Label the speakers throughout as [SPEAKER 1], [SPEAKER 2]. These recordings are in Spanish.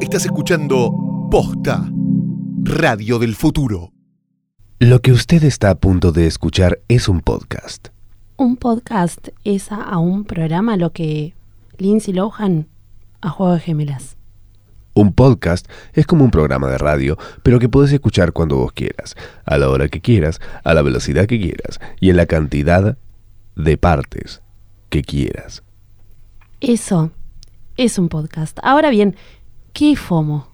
[SPEAKER 1] Estás escuchando Posta, Radio del Futuro.
[SPEAKER 2] Lo que usted está a punto de escuchar es un podcast.
[SPEAKER 3] Un podcast es a, a un programa lo que Lindsay Lohan a Juego de Gemelas.
[SPEAKER 2] Un podcast es como un programa de radio, pero que puedes escuchar cuando vos quieras, a la hora que quieras, a la velocidad que quieras y en la cantidad de partes que quieras.
[SPEAKER 3] Eso es un podcast. Ahora bien, ¿qué FOMO?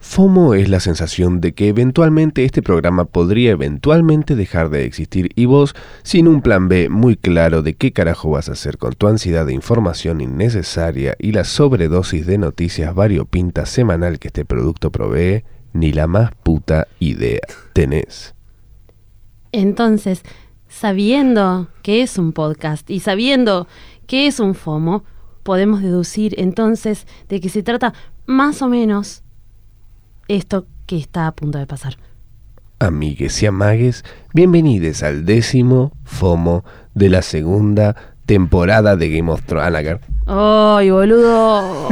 [SPEAKER 2] FOMO es la sensación de que eventualmente este programa podría eventualmente dejar de existir y vos, sin un plan B muy claro de qué carajo vas a hacer con tu ansiedad de información innecesaria y la sobredosis de noticias variopintas semanal que este producto provee, ni la más puta idea tenés.
[SPEAKER 3] Entonces, sabiendo que es un podcast y sabiendo que es un FOMO, podemos deducir entonces de que se trata más o menos esto que está a punto de pasar.
[SPEAKER 2] Amigues y amagues, bienvenides al décimo FOMO de la segunda temporada de Game of Thrones.
[SPEAKER 3] ¡Ay, boludo!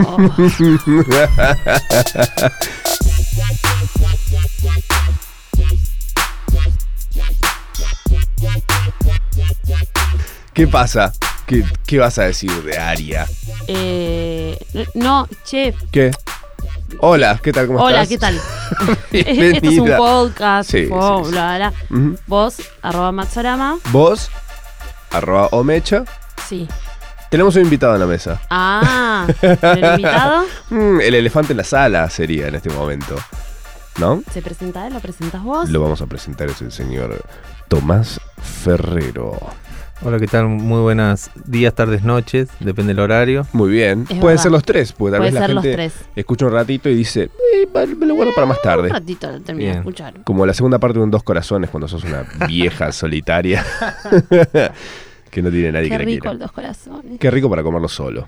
[SPEAKER 2] ¿Qué pasa? ¿Qué, qué vas a decir de Aria?
[SPEAKER 3] Eh, no, che.
[SPEAKER 2] ¿Qué? Hola, ¿qué tal? ¿Cómo
[SPEAKER 3] Hola, ¿qué
[SPEAKER 2] estás?
[SPEAKER 3] tal? Esto es un
[SPEAKER 2] Bienvenida.
[SPEAKER 3] podcast.
[SPEAKER 2] Sí,
[SPEAKER 3] fo-
[SPEAKER 2] sí, sí.
[SPEAKER 3] bla, bla, bla.
[SPEAKER 2] Ujú.
[SPEAKER 3] Vos, arroba Matsorama.
[SPEAKER 2] Vos, arroba Omecha,
[SPEAKER 3] Sí.
[SPEAKER 2] tenemos un invitado en la mesa.
[SPEAKER 3] Ah, ¿pero el invitado?
[SPEAKER 2] Mm, el elefante en la sala sería en este momento. ¿No?
[SPEAKER 3] ¿Se presenta él? ¿Lo presentas vos?
[SPEAKER 2] Lo vamos a presentar, es el señor Tomás Ferrero.
[SPEAKER 4] Hola, ¿qué tal? Muy buenas días, tardes, noches, depende del horario.
[SPEAKER 2] Muy bien. Pueden
[SPEAKER 3] verdad.
[SPEAKER 2] ser los tres, porque tal
[SPEAKER 3] Puede
[SPEAKER 2] vez la
[SPEAKER 3] ser los
[SPEAKER 2] gente
[SPEAKER 3] tres.
[SPEAKER 2] escucha un ratito y dice, "Eh, va- me lo guardo para más tarde.
[SPEAKER 3] Un ratito lo termino de
[SPEAKER 4] Bien.
[SPEAKER 3] escuchar.
[SPEAKER 2] Como la segunda parte de un Dos Corazones, cuando sos una vieja solitaria que no tiene nadie
[SPEAKER 3] Qué
[SPEAKER 2] que la
[SPEAKER 3] rico
[SPEAKER 2] quiera.
[SPEAKER 3] el dos corazones.
[SPEAKER 2] Qué rico para comerlo solo.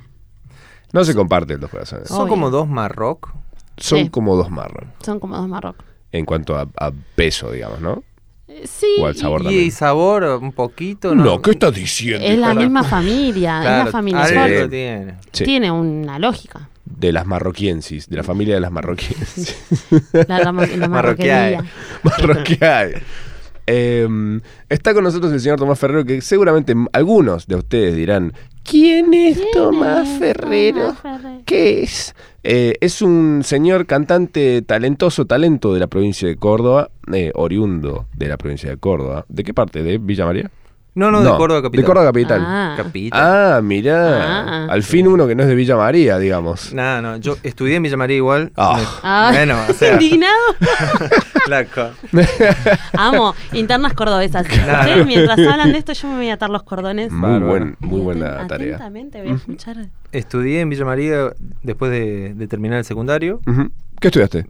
[SPEAKER 2] No se comparte el Dos Corazones.
[SPEAKER 4] Son
[SPEAKER 3] Obvio.
[SPEAKER 4] como dos Marroc.
[SPEAKER 2] Son
[SPEAKER 3] Sí.
[SPEAKER 2] como dos marrón.
[SPEAKER 3] Son como dos marrocos.
[SPEAKER 2] En cuanto a, a peso, digamos, ¿no?
[SPEAKER 3] Eh, Sí.
[SPEAKER 2] O al sabor
[SPEAKER 4] Y,
[SPEAKER 2] también.
[SPEAKER 4] sabor un poquito, ¿no?
[SPEAKER 2] No, ¿qué estás
[SPEAKER 3] y-
[SPEAKER 2] diciendo?
[SPEAKER 3] Es la
[SPEAKER 2] hija de-
[SPEAKER 3] misma familia, Ah, es
[SPEAKER 4] Claro,
[SPEAKER 3] la familia.
[SPEAKER 2] sí.
[SPEAKER 3] Ford.
[SPEAKER 4] algo tiene.
[SPEAKER 2] Sí,
[SPEAKER 3] Tiene una lógica,
[SPEAKER 2] De las marroquiensis, de la familia de las marroquiensis.
[SPEAKER 3] la, la, mar- la
[SPEAKER 4] eh.
[SPEAKER 3] marroquería.
[SPEAKER 2] Marroquiay. Em, está con nosotros el señor Tomás Ferrero, que seguramente m- algunos de ustedes dirán, ¿quién es Tomás Ferrero? ¿Qué es? Eh, es un señor cantante talentoso, talento de la provincia de Córdoba, eh, oriundo de la provincia de Córdoba. ¿De qué parte? ¿De Villa María?
[SPEAKER 4] No, no, de Córdoba Capital.
[SPEAKER 2] De Córdoba Capital.
[SPEAKER 3] Ah.
[SPEAKER 4] Capital.
[SPEAKER 2] Ah, mirá.
[SPEAKER 3] Ah.
[SPEAKER 2] Al fin uno que no es de Villa María, digamos.
[SPEAKER 4] Nada, no, yo estudié en Villa María igual.
[SPEAKER 2] Ah.
[SPEAKER 3] Ah,
[SPEAKER 4] Bueno, o sea,
[SPEAKER 3] indignado.
[SPEAKER 4] la co-
[SPEAKER 3] Amo, internas cordobesas.
[SPEAKER 4] Claro.
[SPEAKER 3] Ustedes mientras hablan de esto, yo me voy a atar los cordones.
[SPEAKER 2] Muy,
[SPEAKER 4] Bárbaro.
[SPEAKER 2] buen- muy
[SPEAKER 3] Atent-
[SPEAKER 2] buena tarea.
[SPEAKER 3] Atentamente voy a escuchar.
[SPEAKER 4] estudié en Villa María después de, de terminar el secundario.
[SPEAKER 2] Ujú. ¿Qué estudiaste?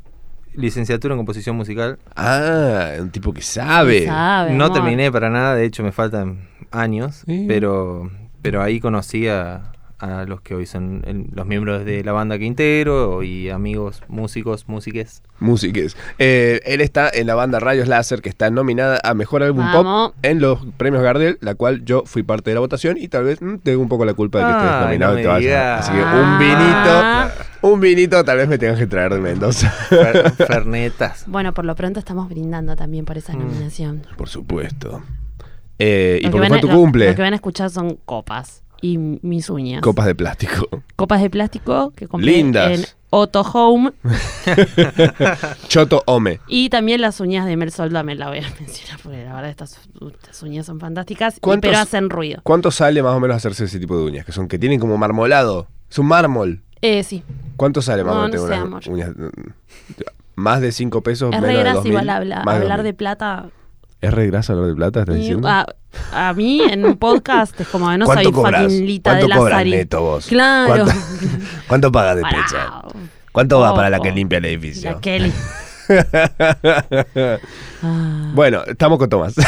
[SPEAKER 4] Licenciatura en composición musical.
[SPEAKER 2] Ah, un tipo que sabe.
[SPEAKER 3] Sabe,
[SPEAKER 4] no
[SPEAKER 3] Ah, amor.
[SPEAKER 4] terminé para nada, de hecho me faltan años,
[SPEAKER 2] Sí.
[SPEAKER 4] pero, pero ahí conocí a, a los que hoy son el- los miembros de la banda Quintero y amigos músicos, músiques.
[SPEAKER 2] Músiques. Eh, él está en la banda Rayos Láser, que está nominada a Mejor Álbum
[SPEAKER 3] Vamos.
[SPEAKER 2] Pop en los premios Gardel, la cual yo fui parte de la votación y tal vez mm, tengo un poco la culpa de que estés
[SPEAKER 4] Ay,
[SPEAKER 2] nominado y
[SPEAKER 4] no me
[SPEAKER 2] te vayas.
[SPEAKER 4] digas.
[SPEAKER 2] Así que un
[SPEAKER 3] Ah.
[SPEAKER 2] vinito, un vinito tal vez me tengas que traer de Mendoza.
[SPEAKER 4] fer- fernetas.
[SPEAKER 3] Bueno, por lo pronto estamos brindando también por esa nominación.
[SPEAKER 2] Por supuesto. Eh, Mm. y
[SPEAKER 3] Lo que
[SPEAKER 2] porque
[SPEAKER 3] van
[SPEAKER 2] fue
[SPEAKER 3] a-
[SPEAKER 2] tu
[SPEAKER 3] lo- Lo,
[SPEAKER 2] cumple.
[SPEAKER 3] que van a escuchar son copas y m- mis uñas.
[SPEAKER 2] Copas de plástico.
[SPEAKER 3] Copas de plástico que compré
[SPEAKER 2] Lindas.
[SPEAKER 3] en Otto Home.
[SPEAKER 2] Choto Ome.
[SPEAKER 3] Y también las uñas de Mel Solda me la voy a mencionar porque la verdad estas, estas uñas son fantásticas, y-
[SPEAKER 2] ¿Cuántos-
[SPEAKER 3] pero hacen ruido.
[SPEAKER 2] ¿Cuánto sale más o menos hacerse ese tipo de uñas? Que son que tienen como marmolado. Es un mármol.
[SPEAKER 3] Eh, sí,
[SPEAKER 2] ¿Cuánto sale más o
[SPEAKER 3] No,
[SPEAKER 2] menos
[SPEAKER 3] no
[SPEAKER 2] tener
[SPEAKER 3] sé,
[SPEAKER 2] unas uñas? Más de 5 pesos,
[SPEAKER 3] es
[SPEAKER 2] menos
[SPEAKER 3] re
[SPEAKER 2] de
[SPEAKER 3] grasa
[SPEAKER 2] 2000,
[SPEAKER 3] igual habla-
[SPEAKER 2] más
[SPEAKER 3] hablar
[SPEAKER 2] 2000.
[SPEAKER 3] de plata.
[SPEAKER 2] ¿Es re grasa hablar de plata? ¿Estás
[SPEAKER 3] Y-
[SPEAKER 2] diciendo?
[SPEAKER 3] a, a mí en un podcast es como no
[SPEAKER 2] ¿Cuánto
[SPEAKER 3] soy
[SPEAKER 2] cobras?
[SPEAKER 3] fucking Lita
[SPEAKER 2] ¿Cuánto
[SPEAKER 3] de la
[SPEAKER 2] cobras
[SPEAKER 3] Sari.
[SPEAKER 2] neto vos?
[SPEAKER 3] Claro.
[SPEAKER 2] ¿Cuánto, ¿Cuánto pagas de
[SPEAKER 3] Pará.
[SPEAKER 2] pecha? ¿Cuánto va para la que
[SPEAKER 3] Ojo.
[SPEAKER 2] limpia el
[SPEAKER 3] La
[SPEAKER 2] edificio?
[SPEAKER 3] Kelly. Ah.
[SPEAKER 2] bueno, estamos con Tomás.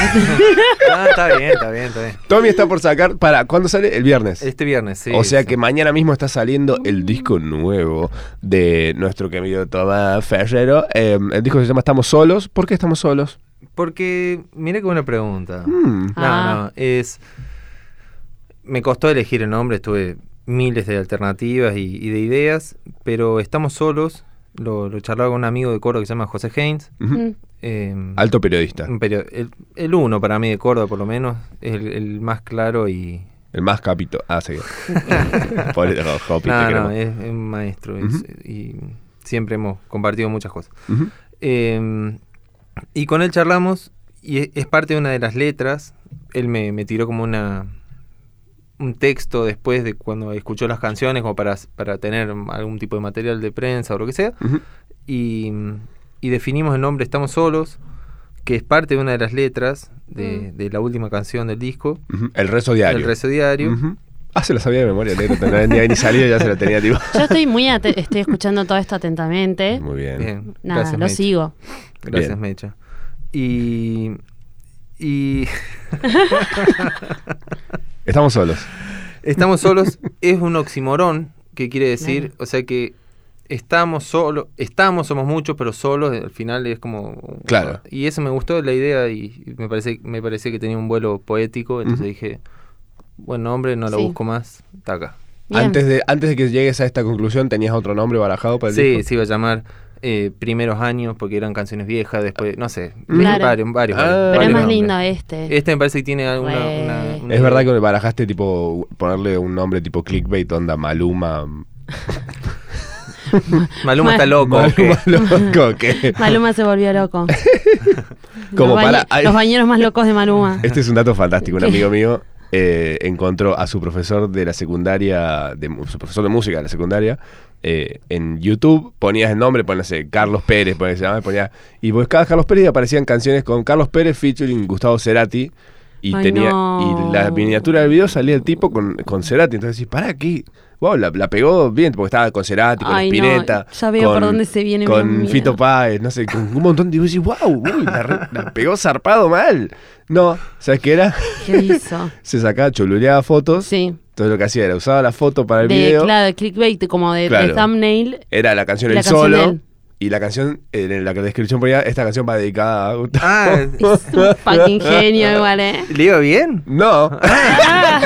[SPEAKER 4] Ah, está bien, está bien, está bien.
[SPEAKER 2] Tommy está por sacar. Para, ¿cuándo sale? El viernes.
[SPEAKER 4] Este viernes, sí.
[SPEAKER 2] o sea
[SPEAKER 4] sí.
[SPEAKER 2] que mañana mismo está saliendo el disco nuevo de nuestro querido Tomás Ferrero. Eh, el disco se llama Estamos Solos. ¿Por qué estamos solos?
[SPEAKER 4] Porque, mira qué buena pregunta.
[SPEAKER 2] Mm.
[SPEAKER 4] No,
[SPEAKER 3] Ah.
[SPEAKER 4] no, es... Me costó elegir el nombre, tuve miles de alternativas y, y de ideas, pero Estamos Solos Lo, lo charlaba con un amigo de Córdoba que se llama José Haynes.
[SPEAKER 2] Ujú.
[SPEAKER 3] Mm.
[SPEAKER 4] eh,
[SPEAKER 2] Alto periodista.
[SPEAKER 4] un perio- el, el uno para mí de Córdoba, por lo menos, es el, el más claro y.
[SPEAKER 2] El más capito. Ah, sí. Pobre Hopi,
[SPEAKER 4] No,
[SPEAKER 2] te
[SPEAKER 4] no,
[SPEAKER 2] queremos.
[SPEAKER 4] es, es un maestro es- y siempre hemos compartido muchas cosas.
[SPEAKER 2] Ujú.
[SPEAKER 4] Eh, y con él charlamos y e- es parte de una de las letras. Él me, me tiró como una un texto después de cuando escuchó las canciones como para, para tener algún tipo de material de prensa o lo que sea.
[SPEAKER 2] Ujú.
[SPEAKER 4] Y, y definimos el nombre Estamos Solos, que es parte de una de las letras de,
[SPEAKER 3] Mm.
[SPEAKER 4] de la última canción del disco,
[SPEAKER 2] Ujú. El rezo diario.
[SPEAKER 4] El Rezo Diario.
[SPEAKER 2] Ujú. Ah, se la sabía de memoria, negro. No había ni, ni salido, ya se la tenía tipo.
[SPEAKER 3] Yo estoy muy ate- estoy escuchando todo esto atentamente.
[SPEAKER 2] Muy bien.
[SPEAKER 4] ¿Eh? Bien,
[SPEAKER 3] Nada,
[SPEAKER 4] gracias,
[SPEAKER 3] lo
[SPEAKER 4] Mecha.
[SPEAKER 3] sigo.
[SPEAKER 4] Gracias,
[SPEAKER 2] Bien.
[SPEAKER 4] Mecha. Y. Y.
[SPEAKER 2] Estamos solos.
[SPEAKER 4] Estamos solos es un oximorón, que quiere decir, o sea que estamos solos, estamos, somos muchos, pero solos, al final es como...
[SPEAKER 2] Claro.
[SPEAKER 4] Y eso me gustó la idea y y me parece, me parece que tenía un vuelo poético, entonces dije, buen nombre, no lo
[SPEAKER 3] Sí.
[SPEAKER 4] busco más, está acá.
[SPEAKER 3] Bien.
[SPEAKER 2] Antes de, antes de que llegues a esta conclusión, ¿tenías otro nombre barajado para el
[SPEAKER 4] Sí,
[SPEAKER 2] disco?
[SPEAKER 4] se iba a llamar eh, Primeros Años, porque eran canciones viejas, después, no sé,
[SPEAKER 3] Claro.
[SPEAKER 4] varios, varios.
[SPEAKER 2] Ah.
[SPEAKER 4] varios
[SPEAKER 3] Pero es más
[SPEAKER 4] nombres.
[SPEAKER 3] lindo este.
[SPEAKER 4] Este me parece que tiene alguna...
[SPEAKER 3] Re.
[SPEAKER 4] una- una-
[SPEAKER 2] Es verdad que barajaste tipo ponerle un nombre tipo clickbait, onda Maluma.
[SPEAKER 4] Maluma está
[SPEAKER 3] Mal-
[SPEAKER 4] loco.
[SPEAKER 2] Maluma
[SPEAKER 4] ok.
[SPEAKER 2] loco, que
[SPEAKER 3] Maluma se volvió loco.
[SPEAKER 2] Como
[SPEAKER 3] los,
[SPEAKER 2] para- ay.
[SPEAKER 3] los bañeros más locos de Maluma.
[SPEAKER 2] Este es un dato fantástico. Un amigo mío eh, encontró a su profesor de la secundaria, de, mu- su profesor de música de la secundaria, eh, en YouTube. Ponías el nombre, ponías eh, Carlos Pérez, ponías, se llamaba, ponía- y buscabas Carlos Pérez y aparecían canciones con Carlos Pérez featuring Gustavo Cerati. Y,
[SPEAKER 3] Ay,
[SPEAKER 2] tenía,
[SPEAKER 3] no.
[SPEAKER 2] y la miniatura del video salía el tipo con, con Cerati. Entonces decís, ¿para qué? Wow, la, la pegó bien, porque estaba con Cerati, con
[SPEAKER 3] Ay, no,
[SPEAKER 2] Spinetta.
[SPEAKER 3] ya veo
[SPEAKER 2] con-
[SPEAKER 3] por dónde se viene mi
[SPEAKER 2] Con
[SPEAKER 3] miedo.
[SPEAKER 2] Fito Páez, no sé, con un montón de. Y vos decís, wow, uy, la, re- la pegó zarpado mal. No, ¿sabes qué era?
[SPEAKER 3] ¿Qué hizo?
[SPEAKER 2] Se sacaba, choluleaba fotos.
[SPEAKER 3] Sí.
[SPEAKER 2] Todo lo que hacía era usaba la foto para el
[SPEAKER 3] De,
[SPEAKER 2] video.
[SPEAKER 3] claro, clickbait, como de, de
[SPEAKER 2] Claro.
[SPEAKER 3] thumbnail.
[SPEAKER 2] Era la canción
[SPEAKER 3] La
[SPEAKER 2] El
[SPEAKER 3] canción de
[SPEAKER 2] Solo.
[SPEAKER 3] él.
[SPEAKER 2] Y la canción, en la descripción ponía, esta canción va dedicada a Gustavo.
[SPEAKER 4] Ah,
[SPEAKER 3] Es un fucking genio igual, ¿eh? Ah.
[SPEAKER 4] ¿le iba bien?
[SPEAKER 2] No.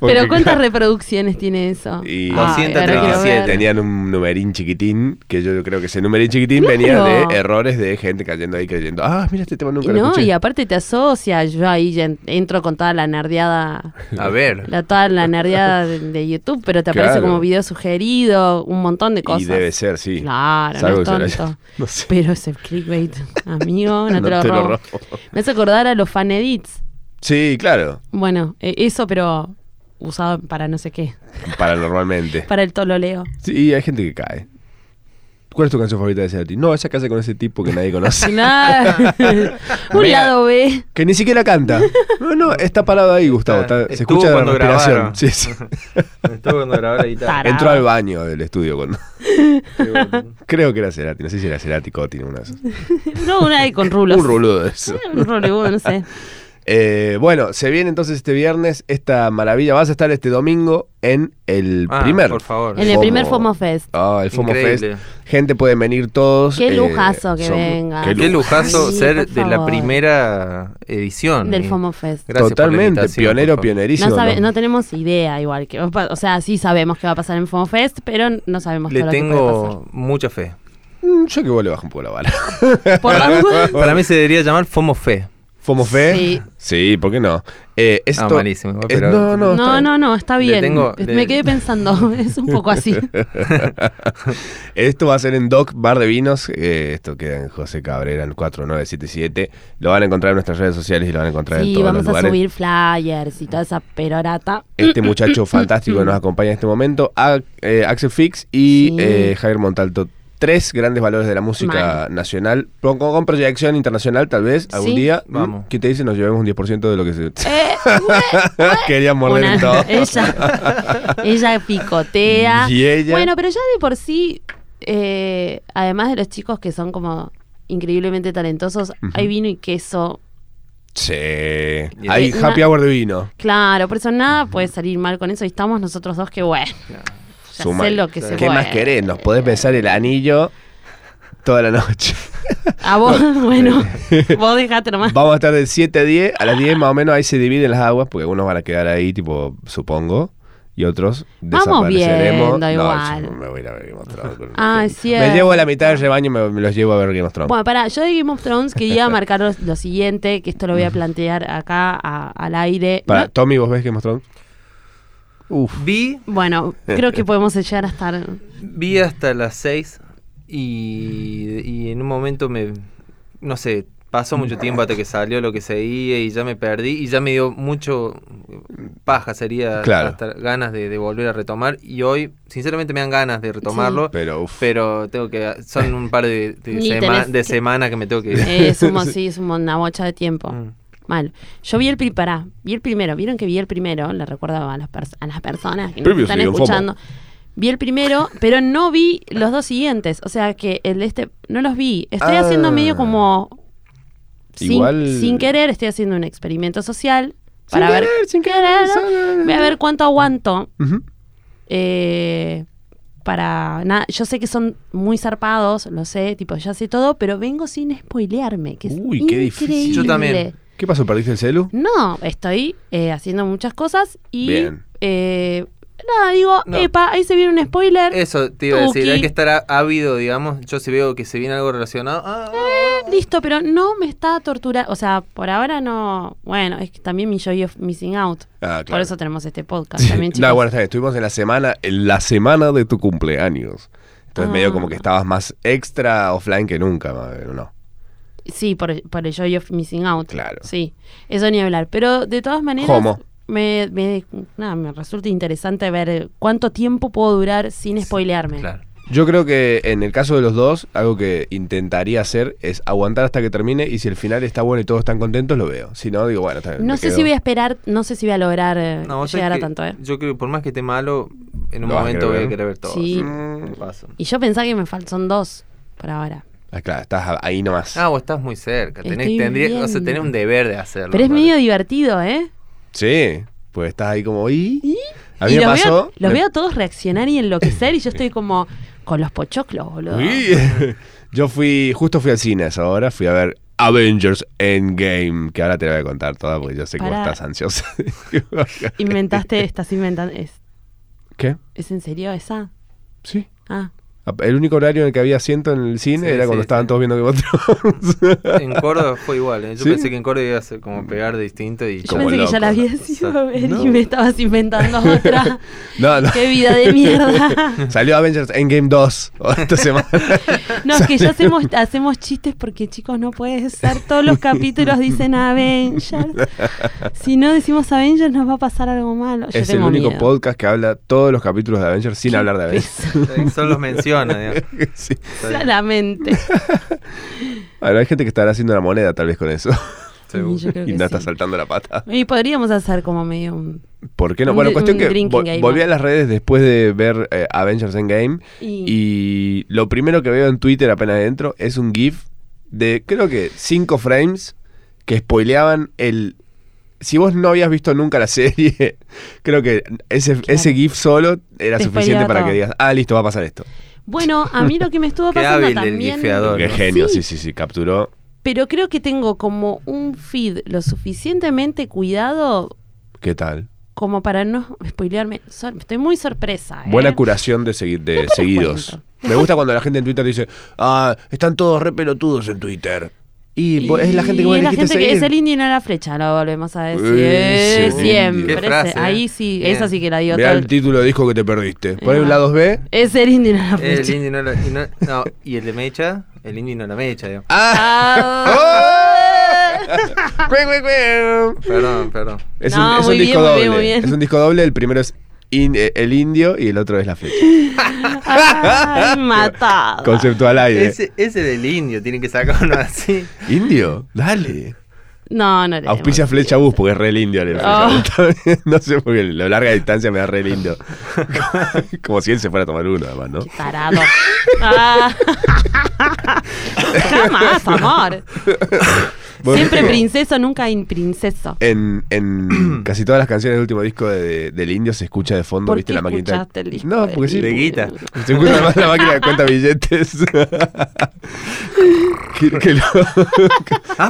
[SPEAKER 2] Porque,
[SPEAKER 3] Pero ¿cuántas
[SPEAKER 2] claro,
[SPEAKER 3] reproducciones tiene eso?
[SPEAKER 2] Y-
[SPEAKER 3] Ay, ahora Ah, quiero
[SPEAKER 4] 237.
[SPEAKER 3] ver.
[SPEAKER 2] Tenían un numerín chiquitín, que yo creo que ese numerín chiquitín
[SPEAKER 3] Claro.
[SPEAKER 2] venía de errores de gente cayendo ahí creyendo, ah, mira este tema
[SPEAKER 3] Y
[SPEAKER 2] nunca lo
[SPEAKER 3] No,
[SPEAKER 2] escuché.
[SPEAKER 3] y aparte te asocia. Yo ahí ya en- entro con toda la nerdeada,
[SPEAKER 4] A ver.
[SPEAKER 3] la, toda la nerdeada de, de YouTube, pero te aparece
[SPEAKER 2] Claro.
[SPEAKER 3] como video sugerido, un montón de cosas.
[SPEAKER 2] Y debe ser, sí.
[SPEAKER 3] Claro,
[SPEAKER 2] Salvo
[SPEAKER 3] no
[SPEAKER 2] que
[SPEAKER 3] es
[SPEAKER 2] se lo haya-
[SPEAKER 3] tonto.
[SPEAKER 2] No sé.
[SPEAKER 3] Pero ese clickbait, amigo, no,
[SPEAKER 2] No
[SPEAKER 3] te, lo,
[SPEAKER 2] te lo
[SPEAKER 3] robo.
[SPEAKER 2] robo.
[SPEAKER 3] Me hace acordar a los fan edits.
[SPEAKER 2] Sí, claro,
[SPEAKER 3] Bueno, eh, eso, pero usado para no sé qué,
[SPEAKER 2] paranormalmente.
[SPEAKER 3] para el tololeo.
[SPEAKER 2] Sí, hay gente que cae. ¿Cuál es tu canción favorita de Cerati? No, esa casa con ese tipo que nadie conoce.
[SPEAKER 3] Claro. un
[SPEAKER 4] Mira.
[SPEAKER 3] lado B.
[SPEAKER 2] que ni siquiera canta. No, no, está parado ahí, Gustavo. está- se
[SPEAKER 4] Estuvo
[SPEAKER 2] escucha la
[SPEAKER 4] cuando
[SPEAKER 2] respiración.
[SPEAKER 4] grabaron.
[SPEAKER 2] Sí, sí.
[SPEAKER 4] Estuve cuando grababa la guitarra.
[SPEAKER 3] Parado.
[SPEAKER 2] Entró al baño del estudio cuando. Creo que era Cerati. No sé si era Cerati Coti, una de esas.
[SPEAKER 3] No, una de con rulos.
[SPEAKER 2] Un rulo de eso.
[SPEAKER 3] Eh, Un rulo, no sé.
[SPEAKER 2] Eh, bueno, se viene entonces este viernes esta maravilla. Vas a estar este domingo en el
[SPEAKER 4] Ah,
[SPEAKER 2] primer.
[SPEAKER 4] por favor.
[SPEAKER 3] En el
[SPEAKER 2] FOMO.
[SPEAKER 3] primer FOMO Fest.
[SPEAKER 2] Ah, el FOMO Fest.
[SPEAKER 4] Increíble.
[SPEAKER 2] Gente, pueden venir todos. Eh,
[SPEAKER 3] Qué lujazo que venga.
[SPEAKER 2] qué
[SPEAKER 4] Qué lujazo
[SPEAKER 3] Sí,
[SPEAKER 4] ser
[SPEAKER 3] por
[SPEAKER 4] de la
[SPEAKER 3] favor.
[SPEAKER 4] primera edición.
[SPEAKER 3] Del
[SPEAKER 4] Y-
[SPEAKER 3] FOMO Fest.
[SPEAKER 4] Gracias por la
[SPEAKER 2] Totalmente,
[SPEAKER 4] invitación,
[SPEAKER 2] pionero,
[SPEAKER 4] por favor.
[SPEAKER 2] pionerísimo.
[SPEAKER 3] No, sabe-
[SPEAKER 2] ¿no?
[SPEAKER 3] no tenemos idea igual que va a pa- o sea sí sabemos qué va a pasar en FOMO Fest pero no sabemos
[SPEAKER 4] Le
[SPEAKER 3] todo lo que puede
[SPEAKER 4] tengo mucha fe.
[SPEAKER 2] Mm, Yo que vos le bajo un poco la vara.
[SPEAKER 3] pasar. Por las dudas.
[SPEAKER 4] Para mí se debería llamar FOMO Fe.
[SPEAKER 2] ¿Fomo fe?
[SPEAKER 3] Sí.
[SPEAKER 2] Sí, ¿por qué no? Eh, esto,
[SPEAKER 4] Ah, malísimo,
[SPEAKER 2] eh,
[SPEAKER 4] pero-
[SPEAKER 2] no, no, está
[SPEAKER 3] no
[SPEAKER 2] bien.
[SPEAKER 3] no no está
[SPEAKER 4] Le
[SPEAKER 3] bien
[SPEAKER 4] tengo-
[SPEAKER 3] me
[SPEAKER 4] le-
[SPEAKER 3] quedé pensando es un poco así
[SPEAKER 2] Esto va a ser en Doc Bar de Vinos. eh, esto queda en José Cabrera, en 4977. Lo van a encontrar en nuestras redes sociales y lo van a encontrar en
[SPEAKER 3] sí
[SPEAKER 2] todos los
[SPEAKER 3] vamos a
[SPEAKER 2] lugares.
[SPEAKER 3] subir flyers y toda esa perorata
[SPEAKER 2] Este muchacho fantástico que nos acompaña en este momento, a- eh, Axel Fix y
[SPEAKER 3] Sí.
[SPEAKER 2] eh, Javier Montalto. Tres grandes valores de la música nacional, con, con- con proyección internacional tal vez, algún
[SPEAKER 3] Sí.
[SPEAKER 2] día.
[SPEAKER 4] Vamos.
[SPEAKER 2] ¿Qué te dice? Nos llevemos un 10% de lo que se...
[SPEAKER 3] Eh,
[SPEAKER 2] Quería morder
[SPEAKER 3] una-
[SPEAKER 2] en todo.
[SPEAKER 3] ella ella picotea
[SPEAKER 2] Y ella-
[SPEAKER 3] bueno pero ya de por sí eh, además de los chicos que son como increíblemente talentosos hay vino y queso
[SPEAKER 2] Sí.
[SPEAKER 4] Y
[SPEAKER 2] Hay
[SPEAKER 3] el-
[SPEAKER 2] happy
[SPEAKER 3] na-
[SPEAKER 2] hour de vino.
[SPEAKER 3] Claro, por eso nada puede salir mal con eso. Y estamos nosotros dos que, bueno, ya
[SPEAKER 2] Suma-
[SPEAKER 3] sé lo que se
[SPEAKER 2] ¿Qué
[SPEAKER 3] puede.
[SPEAKER 2] más querés? Nos podés pensar el anillo toda la noche.
[SPEAKER 3] A vos, bueno, vos dejate nomás.
[SPEAKER 2] Vamos a estar del 7 a 10. A las 10 más o menos ahí se dividen las aguas porque algunos van a quedar ahí, tipo, supongo. y otros
[SPEAKER 3] Vamos
[SPEAKER 2] desapareceremos.
[SPEAKER 3] viendo
[SPEAKER 2] No,
[SPEAKER 3] igual.
[SPEAKER 2] yo me voy a ir a ver Game of Thrones.
[SPEAKER 3] Ah, es
[SPEAKER 2] Me llevo
[SPEAKER 3] cierto.
[SPEAKER 2] a la mitad del rebaño y me, me los llevo a ver Game of Thrones.
[SPEAKER 3] Bueno, para, yo de Game of Thrones quería marcar lo, lo siguiente, que esto lo voy a plantear acá a- al aire.
[SPEAKER 2] Para,
[SPEAKER 3] No-
[SPEAKER 2] Tommy, ¿vos ves Game of Thrones? Uf.
[SPEAKER 4] Vi,
[SPEAKER 3] bueno, creo que podemos llegar a estar...
[SPEAKER 4] vi hasta las 6 y, y en un momento me, no sé, pasó mucho tiempo hasta que salió lo que seguía y ya me perdí y ya me dio mucho paja, sería
[SPEAKER 2] Claro.
[SPEAKER 4] hasta ganas de, de volver a retomar y hoy, sinceramente me dan ganas de retomarlo.
[SPEAKER 2] Pero uf.
[SPEAKER 4] Pero tengo que. Son un par de, de,
[SPEAKER 3] Ni
[SPEAKER 4] sema-
[SPEAKER 3] tenés
[SPEAKER 4] de
[SPEAKER 3] que-
[SPEAKER 4] semana que me tengo que ir.
[SPEAKER 3] Eh, es un, mo- sí, es un mo- una bocha de tiempo.
[SPEAKER 4] Mm.
[SPEAKER 3] Mal. Yo vi el, pri- pará, vi el primero. ¿Vieron que vi el primero? Le recuerdo a las, pers- a las personas que nos
[SPEAKER 2] Previously
[SPEAKER 3] están
[SPEAKER 2] en FOMO.
[SPEAKER 3] escuchando. Vi el primero, pero no vi los dos siguientes. O sea que el de este no los vi. Estoy
[SPEAKER 2] Ah.
[SPEAKER 3] haciendo medio como. Sin,
[SPEAKER 2] Igual-
[SPEAKER 3] sin querer, estoy haciendo un experimento social.
[SPEAKER 2] Sin
[SPEAKER 3] Para ver.
[SPEAKER 2] querer, sin querer, solo-
[SPEAKER 3] Voy a ver cuánto aguanto.
[SPEAKER 2] Ujú.
[SPEAKER 3] Eh, para nada, yo sé que son muy zarpados, lo sé, tipo, ya sé todo, pero vengo sin spoilearme, que es
[SPEAKER 2] Uy, qué difícil.
[SPEAKER 3] increíble.
[SPEAKER 4] Yo también.
[SPEAKER 2] ¿Qué pasó? ¿Perdiste el celu?
[SPEAKER 3] No, estoy eh, haciendo muchas cosas y
[SPEAKER 2] Bien.
[SPEAKER 3] eh, nada, digo,
[SPEAKER 4] No.
[SPEAKER 3] epa, ahí se viene un spoiler.
[SPEAKER 4] Eso te iba a
[SPEAKER 3] Tuki.
[SPEAKER 4] decir. Hay que estar á- ávido, digamos. Yo si veo que se viene algo relacionado. ah,
[SPEAKER 3] Eh, Listo, pero no me está torturando, o sea, por ahora no, bueno, es que también mi joy of missing out.
[SPEAKER 2] Ah, claro.
[SPEAKER 3] Por eso tenemos este podcast también, chicos.
[SPEAKER 2] No, bueno, está bien. Estuvimos en la semana, en la semana de tu cumpleaños. Entonces
[SPEAKER 3] Ah.
[SPEAKER 2] medio como que estabas más extra offline que nunca, ma- ¿no?
[SPEAKER 3] Sí, por, por el joy of missing out.
[SPEAKER 2] Claro.
[SPEAKER 3] Sí, eso ni hablar. Pero de todas maneras,
[SPEAKER 2] Homo.
[SPEAKER 3] Me, me- nada, me resulta interesante ver eh, cuánto tiempo puedo durar sin spoilearme.
[SPEAKER 4] Claro.
[SPEAKER 2] Yo creo que en el caso de los dos, algo que intentaría hacer es aguantar hasta que termine y si el final está bueno y todos están contentos, lo veo. Si no, digo, bueno, está bien.
[SPEAKER 3] No
[SPEAKER 2] me
[SPEAKER 3] sé
[SPEAKER 2] quedo.
[SPEAKER 3] si voy a esperar, no sé si voy a lograr eh,
[SPEAKER 4] No, vos sabés
[SPEAKER 3] llegar a
[SPEAKER 4] que
[SPEAKER 3] tanto. eh.
[SPEAKER 4] Yo creo que por más que esté malo, en un
[SPEAKER 2] Lo vas a
[SPEAKER 4] momento
[SPEAKER 2] querer ver. Mm.
[SPEAKER 4] voy a querer ver todo.
[SPEAKER 3] Sí.
[SPEAKER 4] Me pasa.
[SPEAKER 3] Y yo pensaba que me faltan dos por ahora.
[SPEAKER 2] Ah, claro, estás ahí nomás.
[SPEAKER 4] Ah, vos estás muy cerca. Tenés,
[SPEAKER 3] Estoy
[SPEAKER 4] tendría, o sea,
[SPEAKER 3] viendo.
[SPEAKER 4] tenés un deber de hacerlo.
[SPEAKER 3] Pero es
[SPEAKER 4] ¿vale?
[SPEAKER 3] medio divertido, ¿eh?
[SPEAKER 2] Sí, pues estás ahí como, ¿y? A mí
[SPEAKER 3] Y
[SPEAKER 2] me
[SPEAKER 3] los
[SPEAKER 2] pasó...
[SPEAKER 3] veo, los
[SPEAKER 2] me-
[SPEAKER 3] veo a todos reaccionar y enloquecer y yo estoy como con los pochoclos, boludo.
[SPEAKER 2] Uy. Yo fui, justo fui al cine a esa hora, fui a ver Avengers Endgame, que ahora te la voy a contar toda porque yo sé que vos
[SPEAKER 3] Pará.
[SPEAKER 2] estás ansiosa.
[SPEAKER 3] Inventaste, estás inventando. ¿Es,
[SPEAKER 2] ¿Qué?
[SPEAKER 3] ¿Es en serio esa?
[SPEAKER 2] Sí.
[SPEAKER 3] Ah,
[SPEAKER 2] El único horario en el que había asiento en el cine
[SPEAKER 4] Sí,
[SPEAKER 2] era cuando
[SPEAKER 4] sí,
[SPEAKER 2] estaban
[SPEAKER 4] sí.
[SPEAKER 2] todos viendo Game of Thrones.
[SPEAKER 4] En Córdoba fue igual. ¿eh? Yo
[SPEAKER 2] ¿Sí?
[SPEAKER 4] pensé que en Córdoba iba a ser como pegar distinto y.
[SPEAKER 3] yo
[SPEAKER 2] Como
[SPEAKER 3] pensé que ya
[SPEAKER 2] loco,
[SPEAKER 3] la había
[SPEAKER 4] ¿no?
[SPEAKER 3] ido
[SPEAKER 4] O sea,
[SPEAKER 3] a ver y
[SPEAKER 2] no.
[SPEAKER 3] me estabas inventando otra.
[SPEAKER 2] No, no.
[SPEAKER 3] ¡Qué vida de mierda!
[SPEAKER 2] Salió Avengers Endgame 2 esta semana.
[SPEAKER 3] No, es que ya hacemos, hacemos chistes porque, chicos, no puede ser. Todos los capítulos dicen Avengers. Si no decimos Avengers, nos va a pasar algo malo. Yo
[SPEAKER 2] es el
[SPEAKER 3] tengo
[SPEAKER 2] único
[SPEAKER 3] miedo.
[SPEAKER 2] podcast que habla todos los capítulos de Avengers sin
[SPEAKER 3] Qué
[SPEAKER 2] hablar de Avengers.
[SPEAKER 4] Sí, Solo los menciona. digamos.
[SPEAKER 2] Sí.
[SPEAKER 3] Claramente.
[SPEAKER 2] Ahora hay gente que estará haciendo una moneda tal vez con eso.
[SPEAKER 4] Seguro.
[SPEAKER 3] Yo creo
[SPEAKER 2] y
[SPEAKER 3] que
[SPEAKER 2] no está
[SPEAKER 3] sí.
[SPEAKER 2] saltando la pata.
[SPEAKER 3] Y podríamos hacer como medio un.
[SPEAKER 2] ¿Por qué no?
[SPEAKER 3] Un
[SPEAKER 2] Bueno,
[SPEAKER 3] dri-
[SPEAKER 2] cuestión
[SPEAKER 3] un
[SPEAKER 2] que
[SPEAKER 3] drinking
[SPEAKER 2] vo-
[SPEAKER 3] game,
[SPEAKER 2] volví
[SPEAKER 3] ¿no?
[SPEAKER 2] a las redes después de ver eh, Avengers Endgame
[SPEAKER 3] Y,
[SPEAKER 2] y lo primero que veo en Twitter apenas dentro es un GIF de creo que cinco frames que spoileaban el... Si vos no habías visto nunca la serie, creo que ese, ese GIF solo era
[SPEAKER 3] Te
[SPEAKER 2] suficiente
[SPEAKER 3] spoileaba
[SPEAKER 2] para
[SPEAKER 3] todo.
[SPEAKER 2] que digas, ah, listo, va a pasar esto.
[SPEAKER 3] Bueno, a mí lo que me estuvo
[SPEAKER 4] Qué
[SPEAKER 3] pasando
[SPEAKER 4] hábil del
[SPEAKER 3] también.
[SPEAKER 4] gifeador,
[SPEAKER 2] Qué
[SPEAKER 4] ¿no?
[SPEAKER 2] genio,
[SPEAKER 3] Sí.
[SPEAKER 2] sí, sí, sí, capturó.
[SPEAKER 3] Pero creo que tengo como un feed lo suficientemente cuidado
[SPEAKER 2] ¿Qué tal?
[SPEAKER 3] como para no spoilearme. Sor- Estoy muy sorpresa. ¿eh?
[SPEAKER 2] Buena curación de, segui- de
[SPEAKER 3] te
[SPEAKER 2] seguidos. Me gusta cuando la gente en Twitter dice, ah, están todos re pelotudos en Twitter. Y, vos- es la gente que
[SPEAKER 3] Y
[SPEAKER 2] vos
[SPEAKER 3] es la
[SPEAKER 2] elegiste
[SPEAKER 3] gente que es
[SPEAKER 2] seguir.
[SPEAKER 3] el indio y no la flecha, lo volvemos a decir.
[SPEAKER 2] Uy, sí,
[SPEAKER 3] siempre.
[SPEAKER 2] indio.
[SPEAKER 4] Qué frase,
[SPEAKER 3] Ese- ahí
[SPEAKER 4] eh.
[SPEAKER 3] sí,
[SPEAKER 4] Bien.
[SPEAKER 3] esa sí que la dio
[SPEAKER 2] Mirá
[SPEAKER 3] todo.
[SPEAKER 2] el título de disco que te perdiste. Poné un
[SPEAKER 3] Ah.
[SPEAKER 2] lado B.
[SPEAKER 3] Es el indio y no la
[SPEAKER 4] Eh, El
[SPEAKER 3] flecha.
[SPEAKER 4] indio no la- y no- no, y el de mecha, el indio no la mecha. digamos.
[SPEAKER 2] ¡Ah!
[SPEAKER 3] Ah.
[SPEAKER 2] Cuec, cuec, cuec.
[SPEAKER 4] Perdón, perdón.
[SPEAKER 2] Es
[SPEAKER 3] No,
[SPEAKER 2] un, es un
[SPEAKER 3] muy bien,
[SPEAKER 2] disco
[SPEAKER 3] muy
[SPEAKER 2] doble.
[SPEAKER 3] bien, muy bien.
[SPEAKER 2] Es un disco doble. El primero es in- eh, el indio y el otro es la flecha.
[SPEAKER 3] Ay, matada.
[SPEAKER 2] Conceptual aire.
[SPEAKER 4] Ese, ese del indio, tienen que sacar uno así.
[SPEAKER 2] Indio, dale.
[SPEAKER 3] No, no le
[SPEAKER 2] Auspicia
[SPEAKER 3] demos.
[SPEAKER 2] flecha bus porque es re el indio. le-
[SPEAKER 3] Ah.
[SPEAKER 2] No sé por qué. La larga distancia me da re el indio. Como si él se fuera a tomar uno, además, ¿no?
[SPEAKER 3] Qué tarado. Ah. Jamás, amor.
[SPEAKER 2] Vos viste
[SPEAKER 3] Siempre
[SPEAKER 2] que
[SPEAKER 3] princeso, nunca in princeso.
[SPEAKER 2] En, en casi todas las canciones del último disco de- de- del Indio se escucha de fondo,
[SPEAKER 3] ¿Por
[SPEAKER 2] ¿viste?
[SPEAKER 3] qué
[SPEAKER 2] La maquinita.
[SPEAKER 3] escuchaste el disco
[SPEAKER 2] no,
[SPEAKER 3] del
[SPEAKER 2] porque sí.
[SPEAKER 4] De guita.
[SPEAKER 2] Se escucha más la máquina de cuenta billetes. que, que lo-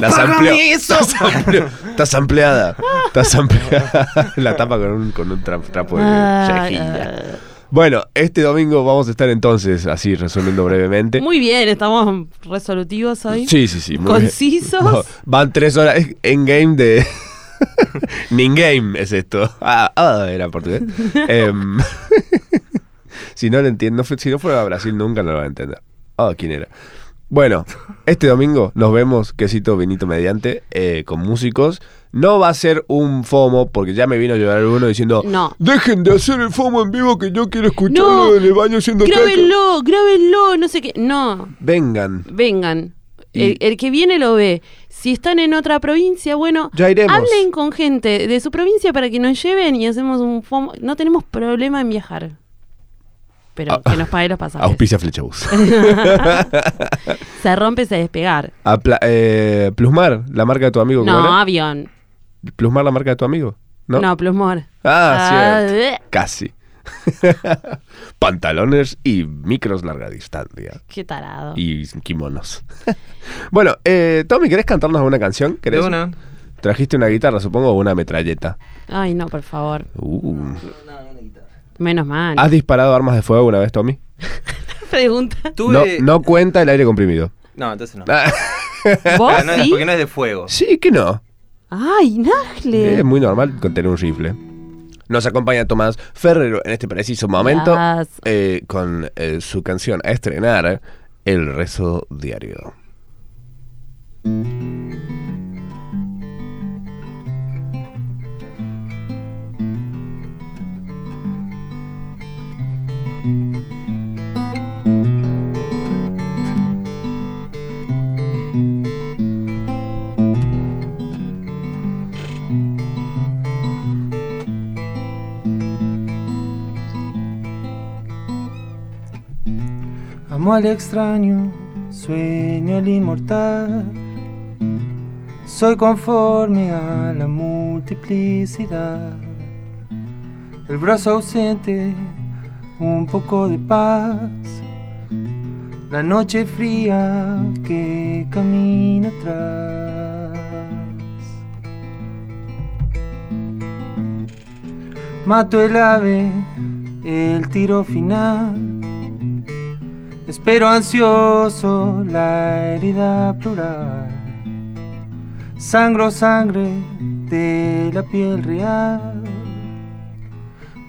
[SPEAKER 2] Las amplió.
[SPEAKER 4] ¡Apágame eso!
[SPEAKER 2] Está sampleada. Está sampleada. La tapa con un, con un tra- trapo de
[SPEAKER 3] Ah,
[SPEAKER 2] yejilla. Bueno, este domingo vamos a estar entonces, así resumiendo brevemente.
[SPEAKER 3] eh, muy bien, estamos resolutivos hoy.
[SPEAKER 2] Sí, sí, sí. muy bien.
[SPEAKER 3] Concisos.
[SPEAKER 2] No, van tres horas en game de. Nin game es esto. Ah, ah, era portugués. Em, si no lo entiendo, si no fuera a Brasil nunca lo va a entender. Ah, ¿quién era? Bueno, este domingo nos vemos, quesito, vinito mediante, eh, con músicos. No va a ser un FOMO, porque ya me vino a llorar uno diciendo:
[SPEAKER 3] No.
[SPEAKER 2] Dejen de hacer el FOMO en vivo que yo quiero escucharlo
[SPEAKER 3] No,
[SPEAKER 2] en el baño siendo caca".
[SPEAKER 3] Grábenlo, grábenlo, no sé qué. No,
[SPEAKER 2] Vengan.
[SPEAKER 3] vengan.
[SPEAKER 2] Y-
[SPEAKER 3] El, el que viene lo ve. Si están en otra provincia, bueno,
[SPEAKER 2] Ya iremos.
[SPEAKER 3] hablen con gente de su provincia para que nos lleven y hacemos un FOMO. No tenemos problema en viajar. Pero
[SPEAKER 2] Ah.
[SPEAKER 3] que nos pague los pasajes.
[SPEAKER 2] Auspicia Flechabús.
[SPEAKER 3] Se rompe, se despegar.
[SPEAKER 2] A pla- eh, Plusmar, la marca de tu amigo. ¿cómo
[SPEAKER 3] No,
[SPEAKER 2] era?
[SPEAKER 3] avión.
[SPEAKER 2] Plusmar, la marca de tu amigo. No.
[SPEAKER 3] No, plumor.
[SPEAKER 2] Ah, cierto.
[SPEAKER 3] bleh,
[SPEAKER 2] Casi. Pantalones y micros larga distancia.
[SPEAKER 3] Qué tarado.
[SPEAKER 2] Y kimonos. bueno, eh, Tommy, ¿querés cantarnos alguna canción?
[SPEAKER 4] De
[SPEAKER 2] ¿Querés?
[SPEAKER 4] una.
[SPEAKER 2] Trajiste una guitarra, supongo, o una metralleta.
[SPEAKER 3] Ay, no, por favor.
[SPEAKER 2] Uh.
[SPEAKER 3] Menos mal.
[SPEAKER 2] ¿Has disparado armas de fuego alguna vez, Tommy?
[SPEAKER 3] Pregunta.
[SPEAKER 2] No,
[SPEAKER 4] Tuve.
[SPEAKER 2] no cuenta el aire comprimido.
[SPEAKER 4] No, entonces no.
[SPEAKER 2] Ah,
[SPEAKER 3] ¿Vos
[SPEAKER 4] Ah, no,
[SPEAKER 3] sí?
[SPEAKER 4] Porque no es de fuego.
[SPEAKER 2] sí, que no.
[SPEAKER 3] Ay, Nagle.
[SPEAKER 2] Es muy normal con tener un rifle. Nos acompaña Tomás Ferrero en este preciso momento
[SPEAKER 3] Yes.
[SPEAKER 2] eh, con eh, su canción a estrenar, El Rezo Diario.
[SPEAKER 5] Amo al extraño, sueño al inmortal. Soy conforme a la multiplicidad. El brazo ausente, un poco de paz. La noche fría que camina atrás. Mato el ave, el tiro final. Espero ansioso la herida plural. Sangro, sangre de la piel real.